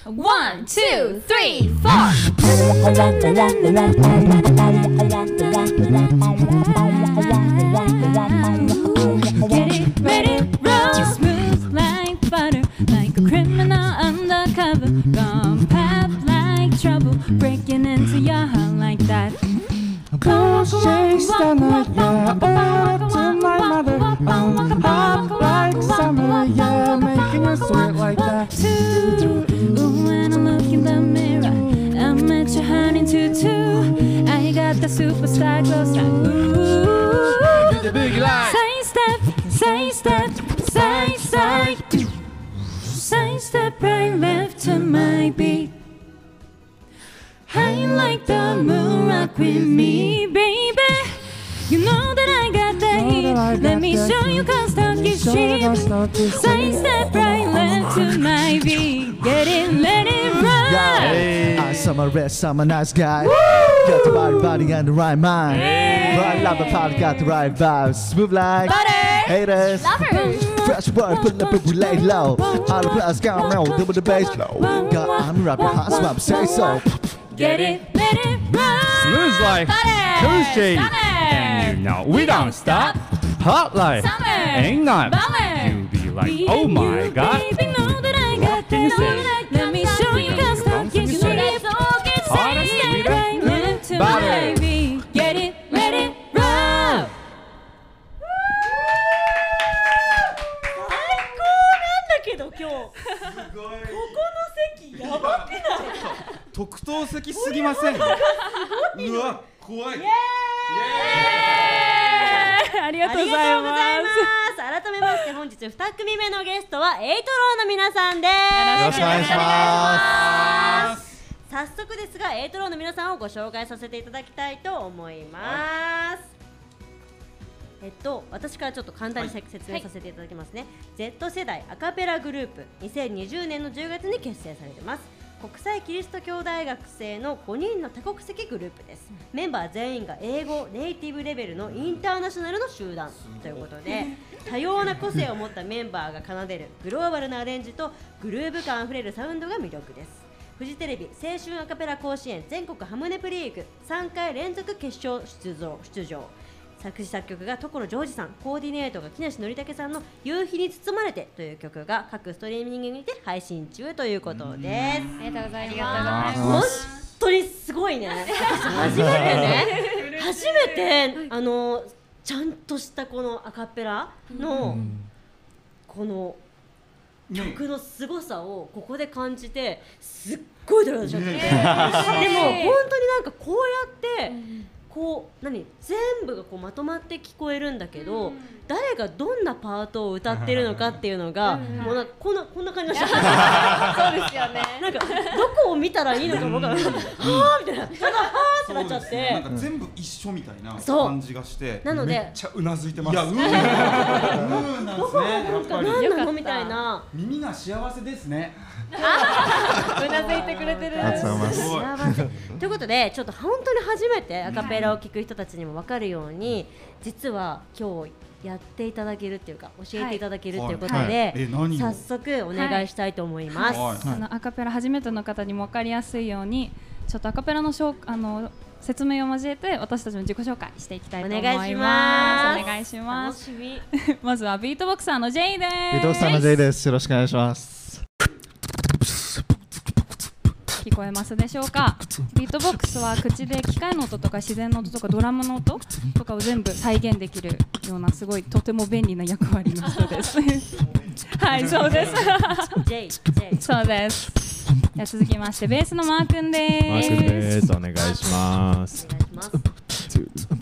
S7: One, two, three, four. Get it, ready, roll smooth like butter, like a criminal undercover. Gone pop like trouble, breaking into your heart like that. Chase the night, yeah, back to my mother. I'm hot like summer, yeah, making her sweat like that. Two, ooh, when I look in the mirror, I'm at your honey into two. I got the superstar glow strike. Ooh, do the boogie line. Side step, side step, side step. Side step right left to my beat. High like the moon, rock with me, baby. You know that I got the heat. Let me show you cause talk is cheap. Side step right left to my beat. Get it, let it run.
S8: I summer rest, I'm a nice guy. Got the right body and the right mind. Right love and party, got the right vibes. Smooth like haters.
S1: Lovers.
S8: Fresh word, pull up and we lay low. All the plus gone now, double the bass. Got I'm rapping, hot swap, say so.
S7: Get it, let it run.
S9: Smooth like
S7: Butter.
S9: Tuesday.
S7: Summer.
S9: And you know we don't stop. Hot like
S7: Summer.
S9: ain't not.
S7: Bummer.
S9: You be like,
S7: Me
S9: oh
S7: and
S9: my
S7: you,
S9: god.
S7: Baby, know that I got
S9: can you
S7: that.
S9: say?
S7: Know that I Let me show you
S9: Because
S7: guys how
S9: you
S7: you
S9: can
S7: need it. All can
S9: Honest,
S7: say that
S9: sweeter,
S7: right now to
S9: butter.
S7: my baby. Get it, let it run.
S1: けど今日ここの席やばくない
S4: 特等席すぎませんうわ怖い
S7: あり
S3: ありがとうございます。改めまして本日二組目のゲストはエイトローの皆さんです。
S8: よろしくお願いしま
S3: 早速ですがエイトローの皆さんをご紹介させていただきたいと思います。えっと、私からちょっと簡単に説明させていただきますね、Z 世代アカペラグループ2020年の10月に結成されてます国際キリスト教大学生の5人の多国籍グループです、メンバー全員が英語ネイティブレベルのインターナショナルの集団ということで多様な個性を持ったメンバーが奏でるグローバルなアレンジとグルーヴ感あふれるサウンドが魅力ですフジテレビ青春アカペラ甲子園全国ハムネプリーグ3回連続決勝出場出場作詞作曲が所ジョージさんコーディネートが木梨憲武さんの「夕日に包まれて」という曲が各ストリーミングにて配信中ということです
S10: ありがとうございます。
S3: 本当にすごいね 初めてね初めてあのちゃんとしたこのアカペラのこの曲の凄さをここで感じてすっごいドラマしちゃ ってでも本当になんかこうやってこう何全部がこうまとまって聞こえるんだけど、誰がどんなパートを歌ってるのかっていうのが、もうなんかこんなこんな感じでした。
S10: そうですよね。
S3: なんかどこを見たらいいのか僕は、はあみたいな、ただはあってなっちゃっ
S4: そうですね
S3: て
S4: な。んか全部一緒みたいな
S3: そう
S4: 感じがして
S3: なので
S4: めっちゃうなずいてます いやうーんうーんなんですねやっぱり
S3: 何なのみたいな
S4: 耳が幸せですね
S10: うなずいてくれてる。
S8: That's so much.
S4: すごい
S3: 幸せということでちょっと本当に初めてアカペラを聴く人たちにも分かるように実は今日やっていただけるっていうか教えていただけるということ
S4: はいはいえ
S3: で
S4: 何を
S3: 早速お願いしたいと思います。
S4: はい
S10: あのアカペラ初めての方にも分かりやすいようにちょっとアカペラの紹あの説明を交えて私たちの自己紹介していきたいと思
S3: お
S10: います。
S3: 願いします。
S10: お願いします。
S3: 楽しみ。
S10: まずはビートボクサーのジェイです。
S8: 伊藤さんの J です。よろしくお願いします。
S10: 聞こえますでしょうかビートボックスは口で機械の音とか自然の音とかドラムの音とかを全部再現できるようなすごいとても便利な役割の人ですはいそうです
S3: J J
S10: そうですじゃあ続きましてベースのマー君です
S9: マー君です。お願いします。
S3: お願いします。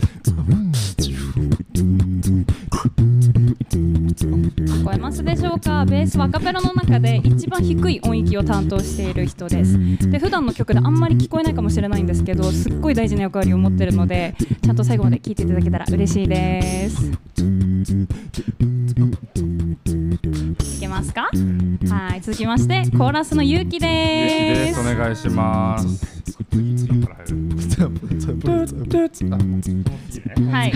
S10: 聞こえますでしょうかベースはアカペラの中で一番低い音域を担当している人ですで普段の曲であんまり聞こえないかもしれないんですけどすっごい大事な役割を持ってるのでちゃんと最後まで聞いていただけたら嬉しいです聞けますかはい続きましてコーラスのゆうきです
S9: お願いします。
S10: はい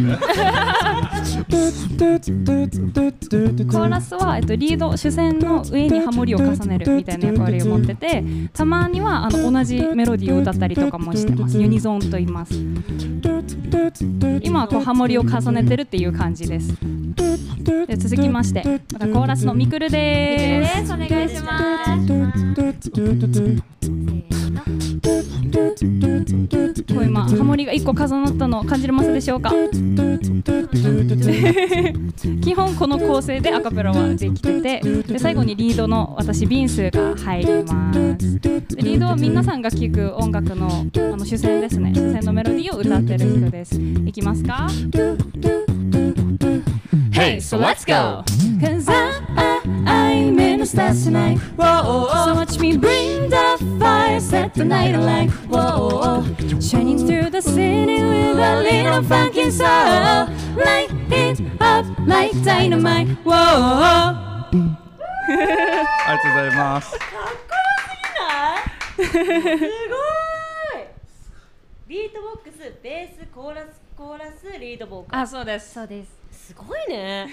S10: コーラスは、えっと、リード主戦の上にハモリを重ねるみたいな役割を持っててたまにはあの同じメロディーを歌ったりとかもしてますユニゾーンと言います今はこうハモリを重ねてるっていう感じですで続きましてまたコーラスのみくるです
S1: すお願いします
S10: こう今ハモリが一個重なったのを感じれますでしょうか基本この構成でアカペラはできててで最後にリードの私ビンスが入りますでリードは皆さんが聴く音楽のあの主戦ですね主戦のメロディーを歌ってる人ですいきますか Hey, so let's go! Cause I, I, I'm in the stars tonight. Whoa, oh, oh. So watch me bring the fire, set the night alight. Whoa, oh, oh. Shining through the city with a little funky soul. Light it up like dynamite. Whoa, oh, oh.
S6: ありがとうございます。
S3: すごいビートボックスベースコーラスコーラスリードボーカ
S1: あ、そうです。
S7: そうです。
S3: ルすごいね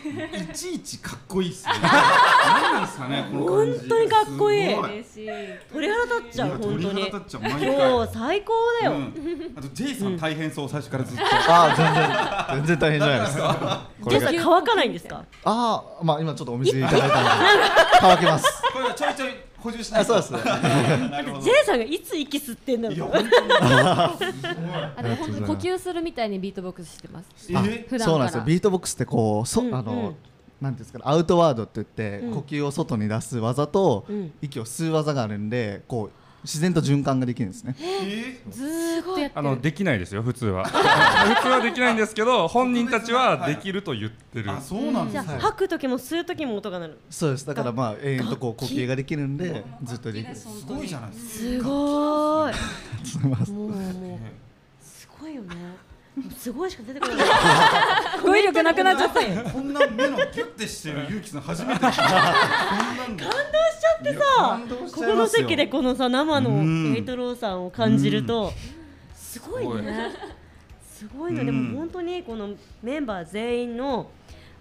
S4: いちいちかっこいい っすね。何なんですかね、この感じ。
S3: 本当にかっこいい
S4: すご
S1: 嬉しい。
S3: 鳥肌立っちゃう本
S4: いや
S3: 当
S4: 鳥
S3: に
S4: 肌立っちゃう毎回。
S3: 今日最高だよ、
S4: うんあと J さん大変そう最初からずっと。
S8: ああ全然全然大変じゃないで すか。こ
S3: ジェ
S8: れ
S3: イ
S8: が
S3: さん乾かないんですか
S8: ああまあ今ちょっとお水いただいたので乾けます。
S4: これはちょいちょい補充しない
S8: あ
S4: と。
S8: そうですね。
S4: なるほど
S3: ジェイさんがいつ息吸ってんだろ
S4: いや
S3: う
S4: 本当に
S7: あでも本当に呼吸するみたいにビートボックスしてます。
S4: え
S7: 普段から。
S8: そうなんですよ。ビートボックスってこうそ、
S3: うん
S8: あ
S3: う
S8: の
S3: ん。
S8: なんていうんですかねアウトワードって言って、
S3: うん
S8: 呼吸を外に出す技と、
S3: うん
S8: 息を吸う技があるんでこう自然と循環ができるんですね。
S4: え
S7: ずーっとやって
S9: あ
S7: る
S9: の。できないですよ普通は普通はできないんですけど本人たちはできると言ってる
S4: あそうなん
S3: じ
S4: で
S3: ゃ
S4: す
S3: あ
S4: ね。
S3: 吐く時も吸う時も音が鳴る
S8: そうです。だからまあ永遠とこう呼吸ができるんでずっとできる。
S4: すごいじゃないですか。
S3: すごー
S8: すみません
S3: いもうもうすごいよ ねもうすごいしか出てこない
S7: 語彙力なくなっちゃった。
S4: こんな目のギュッてしてるゆうきさん初めてです。こんなんで。感動しちゃって
S3: こ
S4: さ。
S3: この席でこのさ生
S4: うん
S3: のエイトローさんを感じるとすごいねすごいの、
S4: うん
S3: でも本当にこのメンバー全員の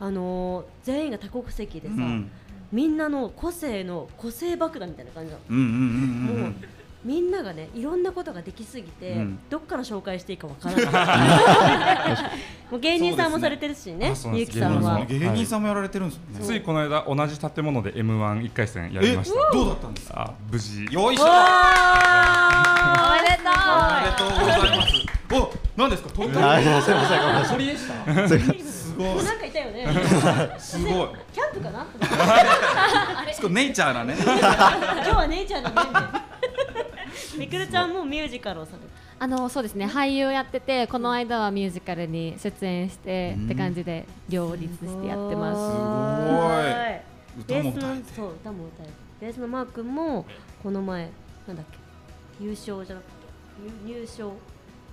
S3: あのー全員が多国籍でさ、
S4: うん
S3: みんなの個性の個性爆弾みたいな感じなの、
S4: うんうんうんうんう。
S3: もうんみんながねいろんなことができすぎて、
S4: うん
S3: どっから紹介していいかわからないもう芸人さんもされてるしね
S9: あそうなん
S3: ゆう
S9: です
S3: きさんは
S9: 芸
S4: 芸人さんもやられてるんですよね。
S9: ついこの間同じ建物で m 1 1回戦やり
S4: え
S9: ました
S4: どうだったんですか。
S9: あ無
S4: よ
S9: 事
S4: いしょ。
S7: おめでと
S4: ありがとうございます。お、何ですか。東京。
S8: あすいません。
S4: それでした。すごい。
S3: なんかいたよね
S4: すごい。
S3: キャンプかな
S4: すごいネイチャーなね。
S3: 今日は姉ちゃんの面でみくるちゃんもミュージカルをされて
S7: あのそうですね俳優やっててこの間はミュージカルに出演してって感じで両立してやってます。
S4: すご
S3: ベ
S4: い
S3: ース
S4: 歌も歌
S3: の
S4: えて
S3: そう歌も歌えてベースのマー君もこの前なんだっけ優勝じゃなくて入入賞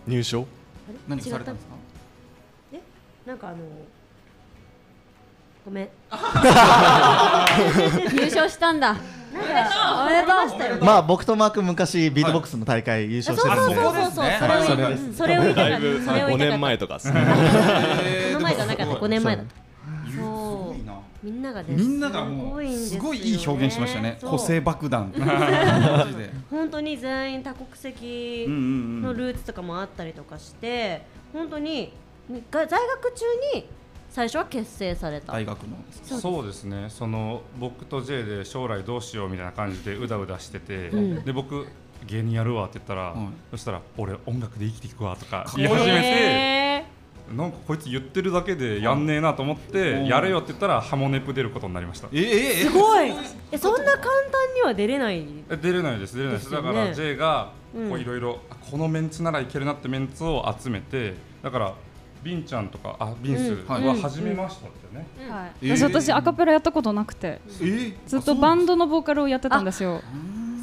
S11: 入賞
S3: あれ
S4: 何
S3: 違
S4: さ
S3: っ
S4: れたんですか。
S3: なんかあのご めん
S7: 優勝したんだ。
S3: なんか
S7: おめでとう
S3: ありましたよね
S8: まあ僕とマーク昔ビートボックスの大会優
S3: あそう
S8: 勝し
S3: そ
S8: て
S3: う
S8: るん
S3: そう
S8: で。
S3: そう
S4: あ
S3: そう、
S4: は
S3: それを言い
S4: いそれですね
S3: それを言いたか
S11: だい
S3: っ
S11: ぶ
S3: たそれを言
S11: 5
S3: い
S11: 年
S3: たかった
S11: 前とかっすね
S3: その前じゃなかった5年前だった
S4: すごいな。
S3: みんながね
S4: みんながもうすごいいい表現しましたね。個性爆弾。マジで。
S3: 本当に全員多国籍
S4: うんうんう
S3: の
S4: ん。
S3: ルーツとかもあったりとかして本当にが在学中に最初は結成された
S4: 大学の。
S9: そうですねその僕と J で将来どうしようみたいな感じでうだうだしてて、
S3: うん
S9: で僕芸人やるわって言ったら、
S4: うん
S9: そしたら俺音楽で生きていくわと
S4: か
S9: か
S4: っこい
S9: 言
S4: い
S9: い始め
S3: へ
S9: てなんかこいつ言ってるだけでやんねえなと思って、
S4: うん
S9: やれよって言ったらハモネプ出ることになりました
S4: えええ
S3: ーすごいえそんな簡単には出れない
S9: え出れないです出れないで
S3: で
S9: す
S3: すよ
S9: だ
S3: ね
S9: から J がこ
S3: うん
S9: ういろいろあこのメンツならいけるなってメンツを集めてだからビンちゃんとかあビンス
S4: んはい
S9: は初めましたってね、
S4: え
S10: はい、
S4: ー
S10: 私私アカペラやったことなくて
S4: え。
S10: ずっとバンドのボーカルをやってたんですよ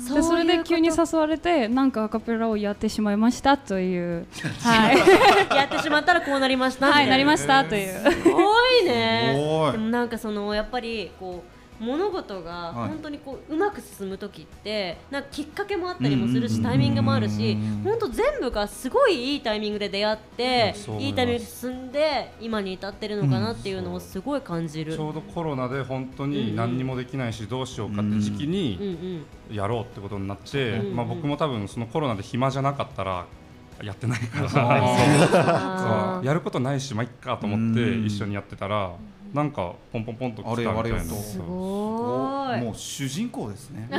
S3: そうい
S10: で
S3: う
S10: それで急に
S3: こと
S10: 誘われてなんかアカペラをやってしまいましたというはい、
S3: やってしまったらこうなりましたみた
S10: はいい、なりましたという
S3: すごい
S4: す
S3: ね
S4: ごい
S3: でもなんかそのやっぱりこう物事が
S4: はい
S3: 本当にこううまく進む時ってなんかきっかけもあったりもするしタイミングもあるし本当全部がすごいいいタイミングで出会って
S9: うんそう思
S3: い
S9: います
S3: いタイミングで進んで今に至ってるのかなっていうのをすごい感じる
S9: ちょうどコロナで本当に何にもできないしどうしようかって時期
S3: うん
S9: に
S3: うん
S9: やろうってことになって、
S3: うん
S9: まあ、僕も多分そのコロナで暇じゃなかったらやってないから
S3: あ
S9: そう
S3: ー
S9: やることないしまあいっかと思って
S4: うん
S9: 一緒にやってたらなんかポンポンポンと来たみた
S4: あれ
S9: い
S4: あれ
S9: な
S4: よと
S3: す
S9: そう
S3: ごい
S4: もう主人公ですね。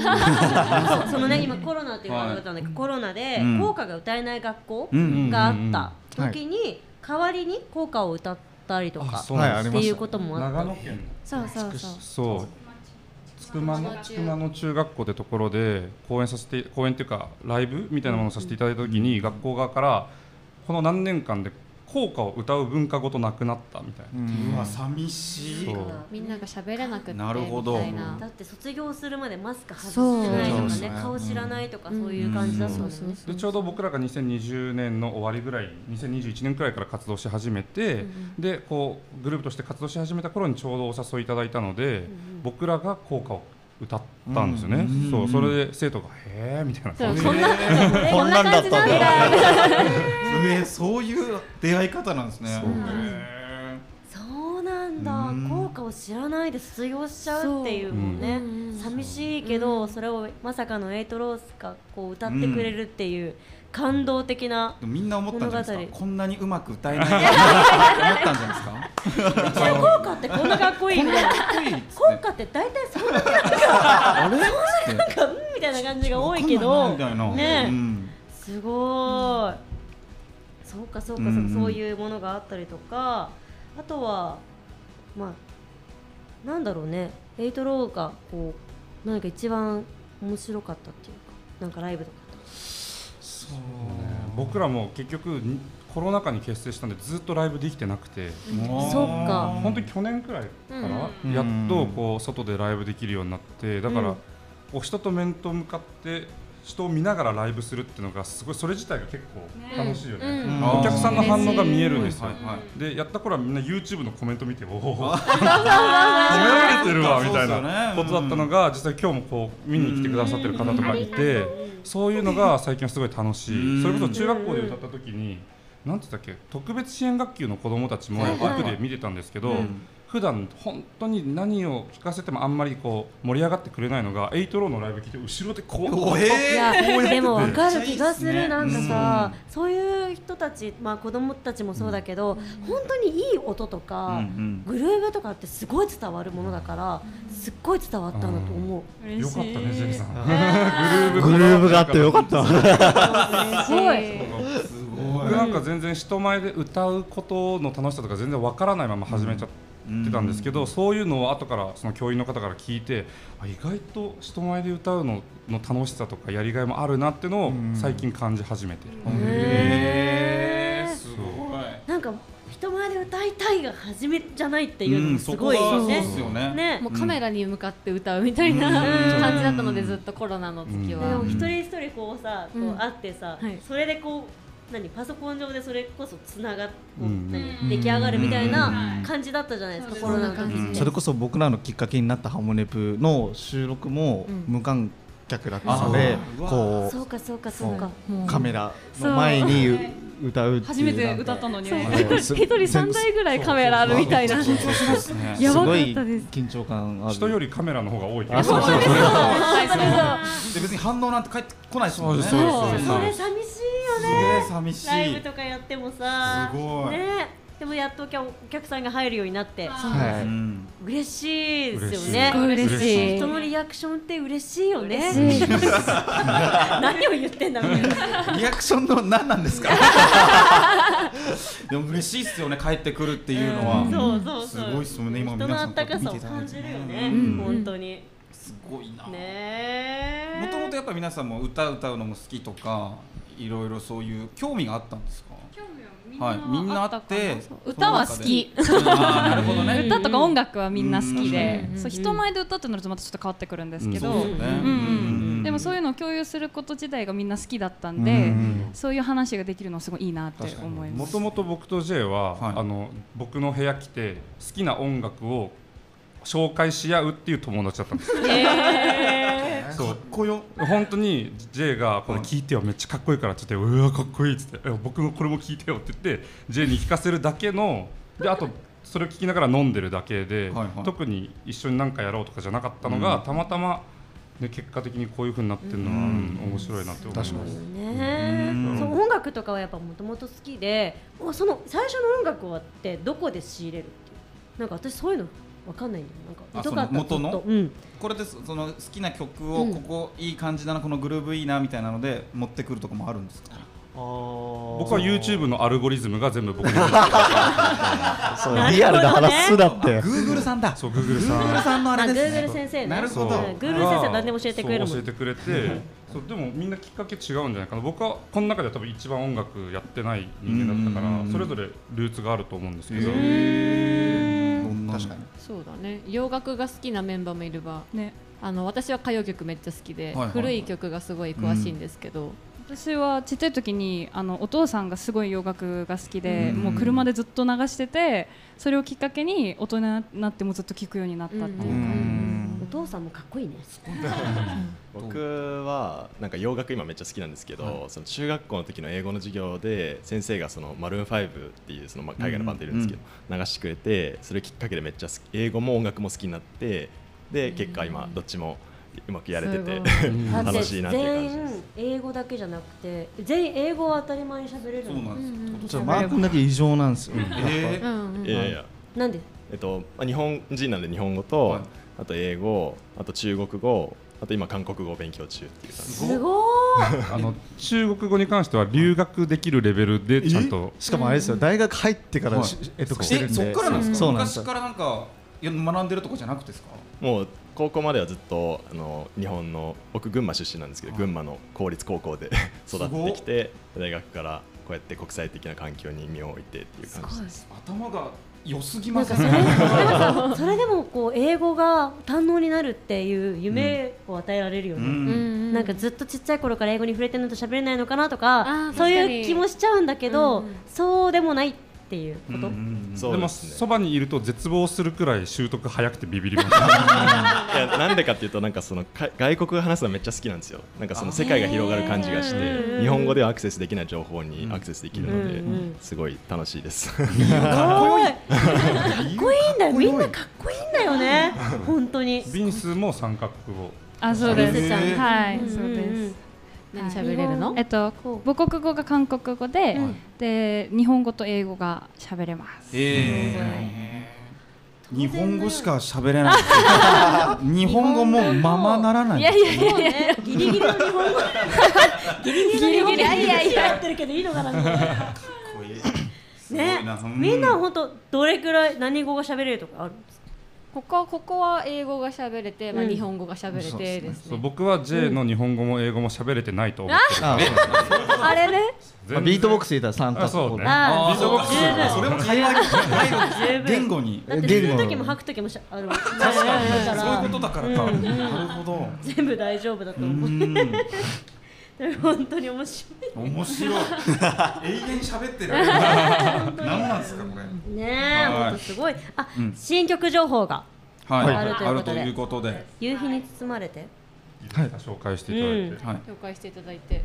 S3: そのね今コロナっていう番組だったんだけど、コロナで
S4: うん
S3: 効果が歌えない学校
S4: うんうん
S3: があった時に代わりに効果を歌ったりと
S9: あ
S3: か
S9: そう
S8: はい
S9: なん
S8: あ
S9: で
S8: り
S9: す
S3: ってい
S8: ました
S3: うこともあった
S9: 長野県
S7: そうそうそう。
S9: そうつくまのつくまの中学校ってところで講演させて講演っていうかライブみたいなものをさせていただいた時に学校側からこの何年間で校歌を歌う文化ごとなくなったみたいな。
S4: うわ寂しい。
S9: そう
S7: みんなが喋れなくて
S4: なるほど
S7: みたいな
S3: だって卒業するまでマスク外してないとか
S4: そう
S3: ね顔知らないとか
S7: うん
S3: そういう感じだったのね
S9: でちょうど僕らが2020年の終わりぐらい2021年くらいから活動し始めて、でこうグループとして活動し始めた頃にちょうどお誘いいただいたので、僕らが効果を歌ったんですよね、
S11: うん
S9: そうそれで生徒が「へえ」みたいな
S3: そう
S9: 感じ
S3: こんな
S9: で
S3: こんな感じなんだみたいな
S4: えーそういう出会い方なんですね
S9: そう
S4: へ
S3: そうなんだ効果を知らないで卒業しちゃうっていうもんね寂しいけどそれをまさかのエイトロースがこう歌ってくれるっていう感動的な
S4: ーみんな思ったんじゃない
S3: 物
S4: です
S3: 語
S4: かこんなにうまく歌 えないと思ったんじゃないですか
S3: 効果ってこんなかっこいいみたいな
S4: こんなかっこいいっつって
S3: 効果って大体そんななんか
S4: あれ
S3: そんななんかうんみたいな感じが多いけ
S4: わ
S3: ど
S4: かんないなみたいな
S3: ね
S4: うん
S3: すごいそうかそうかそう
S4: うんう
S3: か
S4: ん
S3: そういうものがあったりとかあとはまあなんだろうねエイトローがこう何か一番面白かったっていうかなんかライブとか
S9: 僕らも結局にコロナ禍に結成したんでずっとライブできてなくて
S3: うんそっか
S9: 本当に去年くらいかな、
S11: うん
S9: やっとこう外でライブできるようになってだか
S11: うん
S9: らこう人と面と向かって人を見ながらライブするっていうのがすごいそれ自体が結構楽しいよね、
S11: うん
S9: お客さんの反応が見えるんですよ、
S11: はいは
S9: でやった頃はみんな YouTube のコメント見て おお
S11: あ
S9: 褒められてるわ
S11: そ
S9: み
S11: うそう
S9: たい
S11: そう
S9: なことだったのが実際今日もこう見に来てくださってる方とかいてそういうのが最近はすごい楽しいそれこそ中学校で歌った時になんて言ったっけ特別支援学級の子どもたちも
S11: はいはい
S9: 奥で見てたんですけど
S11: うん
S9: 普段本当に何を聞かせてもあんまりこう盛り上がってくれないのがエイトローのライブ聞いて後ろでこうこう
S3: いや
S9: こうやってて
S3: でも分かる気がす
S9: めっちゃい
S3: る
S9: いっね
S3: なんかさそういう人たちまあ子供たちもそうだけど本当にいい音とか
S9: うん
S3: グルーヴとかってすごい伝わるものだからすっごい伝わったんだと思う
S9: よかったねジェ リーさん
S11: グルーブグルーブがあってよかった
S3: すごい
S9: 僕なんか全然人前で歌うことの楽しさとか全然わからないまま始めちゃってたんですけど、そういうのを後からその教員の方から聞いてあ意外と人前で歌うのの楽しさとかやりがいもあるなってのを最近感じ始めてる、
S4: へえすごい
S3: なんか人前で歌いたいが初めじゃないっていうの
S4: うん
S3: もすごい
S4: そこがそう
S3: ね
S4: ですよね
S12: もうカメラに向かって歌う みたいな
S3: うん
S12: 感じだったのでずっとコロナの時
S3: で
S12: は
S3: も一人一人こうさこ
S12: う
S3: うん会ってさ
S12: はい
S3: それでこう何パソコン上でそれこそつながっ
S11: うん
S3: 出来上がるみたい
S11: うん
S3: な感じだったじゃないですかコロナの時って
S11: それこそ僕らのきっかけになったハモネプの収録も
S3: うん
S11: 無観客だったので、
S3: あー
S11: こ
S3: そうかそうかそうか
S11: う
S3: もう
S11: カメラの前にう歌うっていう
S12: 初めて
S11: なんか
S12: 歌ったのに
S11: そう
S12: 一人三台ぐらいカメラあるみたいな
S11: そうそうそうそうそう
S12: やば
S11: す
S12: か
S11: ご
S12: っ
S11: い
S12: たです
S11: 緊張感ある
S9: 人よりカメラの方が多い
S11: あそうそうそう
S4: で別に反応なんて返ってこないですもんね
S11: そうそうそう
S3: それ寂しいよ
S4: す
S3: ね
S4: げえ寂しい
S3: ライブとかやってもさ
S4: すごい
S3: ねでもやっとお客お客さんが入るようになって
S11: はい
S3: 嬉しいですよね
S11: 嬉しい嬉しい
S3: 人のリアクションって嬉しいよね
S11: 嬉しい
S3: 何を言ってんだろうね
S4: リアクションの何な んですかでも嬉しいっすよね帰ってくるっていうのは、
S3: そうそう
S4: す
S3: そう
S4: ごいっすよね今
S3: 人
S4: 皆さ
S3: の
S4: ん
S3: 温かさを
S4: 見ていただい
S3: 感
S4: て
S3: じるよね
S4: うん
S3: 本当に
S4: すごいな
S3: ね
S4: もともとやっぱ皆さんも歌歌うのも好きとかいろいろそういう興味があったんですか興味はみんなあって
S12: 歌は好き
S4: そ の中であーなるほどね
S12: 歌とか音楽はみんな好きで
S4: うん
S12: そう人前で歌ってなるとまたちょっと変わってくるんですけど
S4: うんそうですよね
S12: うんうん
S4: うん
S12: でもそういうのを共有すること自体がみんな好きだったん
S9: うん
S12: で
S9: うん
S12: そういう話ができるのすごいいいなって思いま
S9: も
S12: す
S9: ともと僕と J は、あの僕の部屋来て好きな音楽を紹介し合うっていう友達だったんです よ。
S11: へー
S9: そう
S11: かっこよ
S9: 本当に J がこれ聞いてよめっちゃかっこいいからって言ってうわかっこいいっつってえ僕もこれも聞いてよって言って J に聞かせるだけのであとそれを聞きながら飲んでるだけで、特に一緒に何かやろうとかじゃなかったのが、
S11: うん
S9: たまたま、ね、結果的にこういう風になってるのは、
S11: うん
S9: うん面白いなって思います。
S11: 確かに
S3: ね
S9: うん
S3: そう音楽とかはやっぱもともと好きでおその最初の音楽はってどこで仕入れるっていうなんか私そういうのわかんないんだよなんか
S4: あ
S3: 疎
S4: そ
S3: か
S4: の
S3: った
S4: 元
S3: ずっ
S4: の
S3: と、うん、
S4: これでそその好きな曲を
S3: うん
S4: ここいい感じだなこのグルーブいいなみたいなので持ってくるとかもあるんですか
S9: 僕は YouTube のアルゴリズムが全部僕に
S11: そうなるほどねリアルな話だって
S4: Google さんだ
S9: そう Google さん
S4: Google さんのあれですね
S3: あ Google 先生ねなるほど
S9: そう
S3: Google 先生何でも教えてくれるもん
S9: そう教えてくれてそうでもみんなきっかけ違うんじゃないかな僕はこの中では多分一番音楽やってない人間だったからそれぞれルーツがあると思うんですけど
S11: 確かに
S12: そうだね洋楽が好きなメンバーもいればあの私は歌謡曲めっちゃ好きで
S7: はいはい
S12: 古い曲がすごい詳しいんですけど
S7: 私はちっちゃい時にあのお父さんがすごい洋楽が好きで、
S12: うん
S7: もう車でずっと流しててそれをきっかけに大人になってもずっと聴くようになったっていうか、
S3: 父さんもかっこいいね。
S13: 僕はなんか洋楽今めっちゃ好きなんですけど、その中学校の時の英語の授業で先生がそのマルーン5っていうそのま海外のバンドいるんですけど、流してくれてそれきっかけでめっちゃ好き英語も音楽も好きになってで結果今どっちもうまく やれてて 楽しいなっていう感じ
S3: 全員英語だけじゃなくて、全員英語は当たり前に喋れるの。そうなん
S13: です
S11: じゃあマー君だけ異常なんですよ。
S13: え
S3: うんうん
S13: いやいや
S3: なんで？
S13: えっとまあ、日本人なんで日本語と、あと英語あと中国語あと今韓国語を勉強中っていう感じ
S3: すご
S9: あの中国語に関しては留学できるレベルでちゃんと
S11: しかもあれですよ大学入ってからし得得してるんで
S4: そっからなんですか
S11: そうなんです
S4: 昔からなんかいや学んでるとかじゃなくてですか
S13: もう高校まではずっとあの日本の僕群馬出身なんですけど群馬の公立高校で 育ってきて大学からこうやって国際的な環境に身を置いてっていう感じです
S4: 頭が良すぎ
S3: な
S4: ま
S3: ん
S4: せ
S3: か
S4: ん
S3: それでも さそれでもこう英語が堪能になるっていう夢を与えられるよね、
S4: うんう
S3: なんかずっとちっちゃい頃から英語に触れてるのと喋れないのかなとかそう
S12: 確か
S3: い
S12: に
S3: う気もしちゃうんだけど、そうでもないっていうこと、
S13: そう
S9: でも
S13: ですね
S9: そばにいると絶望するくらい習得早くてビビりました
S13: いやなんでかっていうとなんかそのか外国が話すのめっちゃ好きなんですよなんかその世界が広がる感じがし
S9: あへ
S13: て
S9: ー
S13: 日本語ではアクセスできない情報にアクセスできるので
S3: うんうん
S13: すごい楽しいです
S3: かっこいいんだよみんなかっこいいんだよね本当に
S9: ビンスも三角語
S10: あそうです
S9: ビンスちゃん
S10: はい、
S9: うんうんうん
S10: そうです
S12: 何喋れるの
S10: えっと母国語が韓国語で、で日本語と英語が喋れます。
S11: ええ日本語しか喋れない。日本語もままならない。
S10: いやいやいやいや
S3: ねギリギリの日本語ギリギリの日本語
S10: ギリギリいやいや
S3: やってるけどいいのかなみたいな
S4: こいい
S3: ね
S4: すごいなうん
S3: みんな本当どれくらい何語が喋れるとかあるんですか
S12: ここここは英語が喋れて、まあ
S3: うん
S12: 日本語が喋れてですね。
S9: そう僕は J の日本語も英語も喋れてないと思ってる
S11: あ
S12: あれね。
S11: まあビートボックスいたら三
S9: あそう
S11: 角
S9: ね
S3: あービートボックス
S11: それ
S3: それ
S11: も
S3: も
S11: 会
S3: 会
S11: 話
S3: 話
S11: に
S3: 十分
S11: 言語に
S3: だって吸う時も吐く時もしゃあるわけ確
S11: かにそういうことだからかなるほど
S3: 全部大丈夫だと思
S11: うん
S3: う でも本当に面白い
S4: 面白い永遠喋ってる
S3: 本当に
S4: 何なんですかこれ
S3: ねえ
S4: はい
S3: 本当すごいあ
S4: うん
S3: 新曲情報が
S4: はい
S3: あるということ
S4: あるとい
S3: で
S4: うことで
S3: 夕日に包まれて
S9: 紹介していただいて、はい
S12: 紹介していただいて。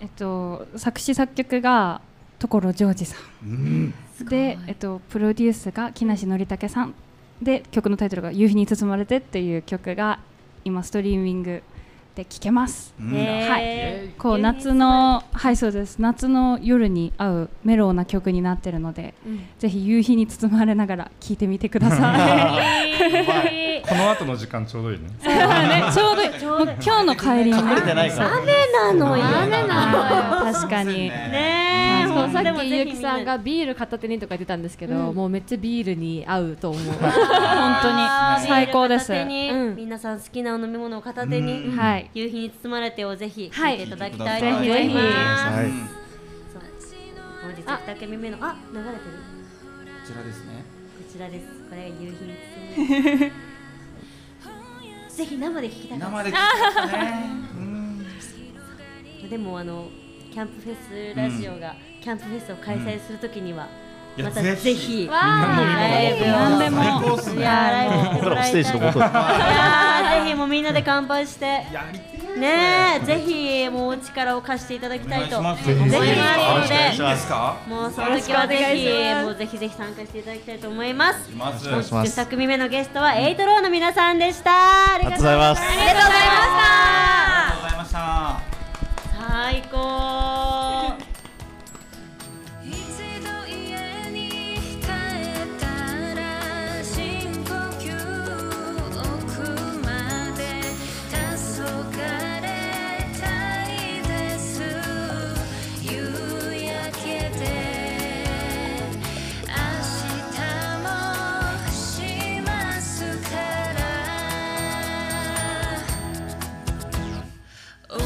S10: えっと作詞作曲が所ジョージさん、でえっとプロデュースが木梨憲武さんで曲のタイトルが「夕日に包まれて」っていう曲が今ストリーミングで聴けます、
S12: うん
S10: は
S12: へ
S10: い
S12: ー
S10: こう夏のはいそうです夏の夜に合うメロウな曲になってるので、
S12: うん
S10: ぜひ夕日に包まれながら聴いてみてくだ さい
S9: この後の時間ちょうどいいね
S10: そうだねちょうどいいもう今日の帰りに
S9: 隠れてないから雨
S3: なのよ
S12: 雨なのよ。
S10: 確かに
S12: ねえ、そうさ
S3: で
S12: っ
S3: もぜ
S12: き
S3: ひ
S12: ゆきさんがビール片手にとか言ってたんですけど、
S3: うん
S12: もうめっちゃビールに合うと思う。本
S3: あー
S10: 最高です
S3: ビール片手に皆さん好きなお飲み物を片手に、
S10: うんはい
S3: 夕日に包まれてをぜひ聞いていただきたいと
S10: はい
S3: 思
S10: ぜ
S3: い
S10: ひぜひ
S3: ます。
S10: はい
S3: そう本日二組目のあ流れてる
S4: ちらですね
S3: こちらです。これが夕日に包まれて。ぜひ生で聞きたかった。
S4: 生で聞きたかったね
S3: でもあのキャンプフェスラジオが、キャンプフェスを開催するときには。
S4: いや
S3: また
S4: ぜ
S3: ぜ
S4: ひ
S3: ひぜひ
S4: わあ
S3: ライブを
S4: 何でも
S3: 最高っすねいやライブしてもらいたい
S4: 僕らもステージのこと
S3: いやーぜひもうみんなで乾杯してねえぜひもうお力を貸していただきたいと
S4: お願
S3: 思
S4: い
S3: い
S4: し
S3: ますので
S4: ますぜひいいですか
S3: もうその時はぜ
S4: よろしくお願いしま
S3: ひ
S4: す
S3: もうぜひぜひ参加していただきたいと思います
S4: お願いし
S3: 本
S4: ます
S3: 日2組目のゲストはエイトローの皆さんでしたありがとうございます
S4: あ
S3: あ
S4: り
S3: り
S4: が
S3: が
S4: と
S3: と
S4: う
S3: うご
S4: ござ
S3: ざい
S4: いま
S3: ま
S4: し
S3: した
S4: ありがとうございました
S3: 最高
S14: 「一度家に帰ったら深呼吸奥まで黄昏たいです」「夕焼けで明日もしますから」「思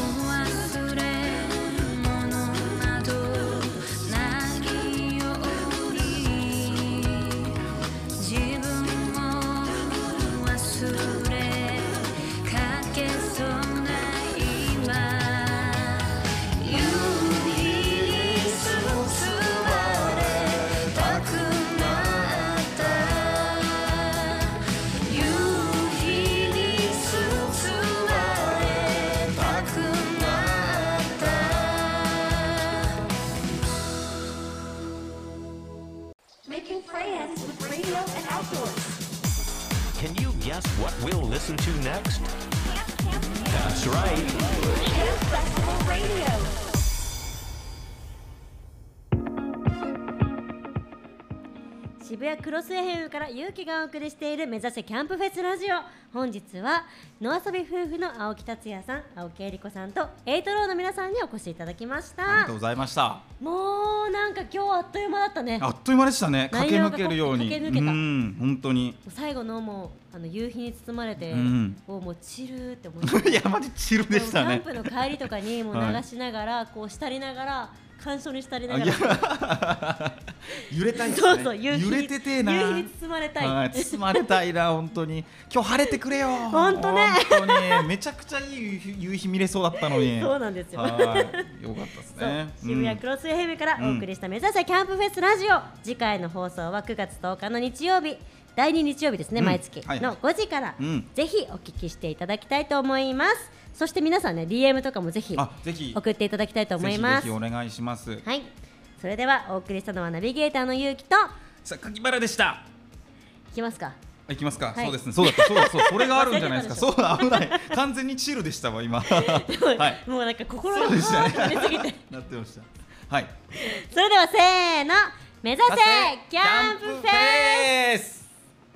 S2: guess what we'll listen to next? That's right.
S14: Radio.
S3: 渋谷クロス FM から勇気がお送りしている目指せキャンプフェスラジオ本日は野遊び夫婦の青木達也さん青木恵理子さんとエイトローの皆さんにお越しいただきまし
S4: ありが
S3: た
S4: とうございました。
S3: もうなんか今日あっという間だったね
S4: あっという間でしたね。
S3: 内
S4: 駆け
S3: 容
S4: 抜
S3: が
S4: けるように。
S3: 駆け抜けた
S4: うん、本当に。
S3: 最後のもうあの夕日に包まれて、
S4: うん
S3: もうもうチルーって思いました
S4: いやマジチルでしたね
S3: キャンプの帰りとかにもう
S4: はい
S3: 流しながら、こう浸りながら感傷に浸りながら
S4: 揺れたいですね。
S3: そうそう夕日
S4: 揺れててえな。
S3: 夕日に包まれたい
S4: はい包まれたいな本当に。今日晴れてくれよ。
S3: 本当ね
S4: 本当にめちゃくちゃいい夕日夕日見れそうだったの に。
S3: そうなんですよ
S4: はいよかったですね。
S3: 渋谷クロス FM からお送りした「目指せキャンプフェスラジオ」次回の放送は9月10日の日曜日第2日曜日ですね、
S4: うん
S3: 毎月
S4: はい
S3: の5時から、
S4: うん
S3: ぜひお聞きしていただきたいと思いますそして皆さんね DM とかもぜひ
S4: あぜひ
S3: 送っていただきたいと思います
S4: ぜひぜひお願いします。
S3: はいそれではお送りしたのはナビゲーターのゆうきと
S4: さあ柿原でした。
S3: いきますか
S4: あ行きますか、
S3: はい
S4: そうですね。そうだった。そうだそう。それがあるんじゃないですか。そうだ危ない。完全にチルでした わ今。はい。
S3: もうなんか心
S4: そ
S3: が
S4: うでしたね
S3: パーッと出すぎて。
S4: なってました。はい。
S3: それではせーの目指せキャンプフェス
S4: です。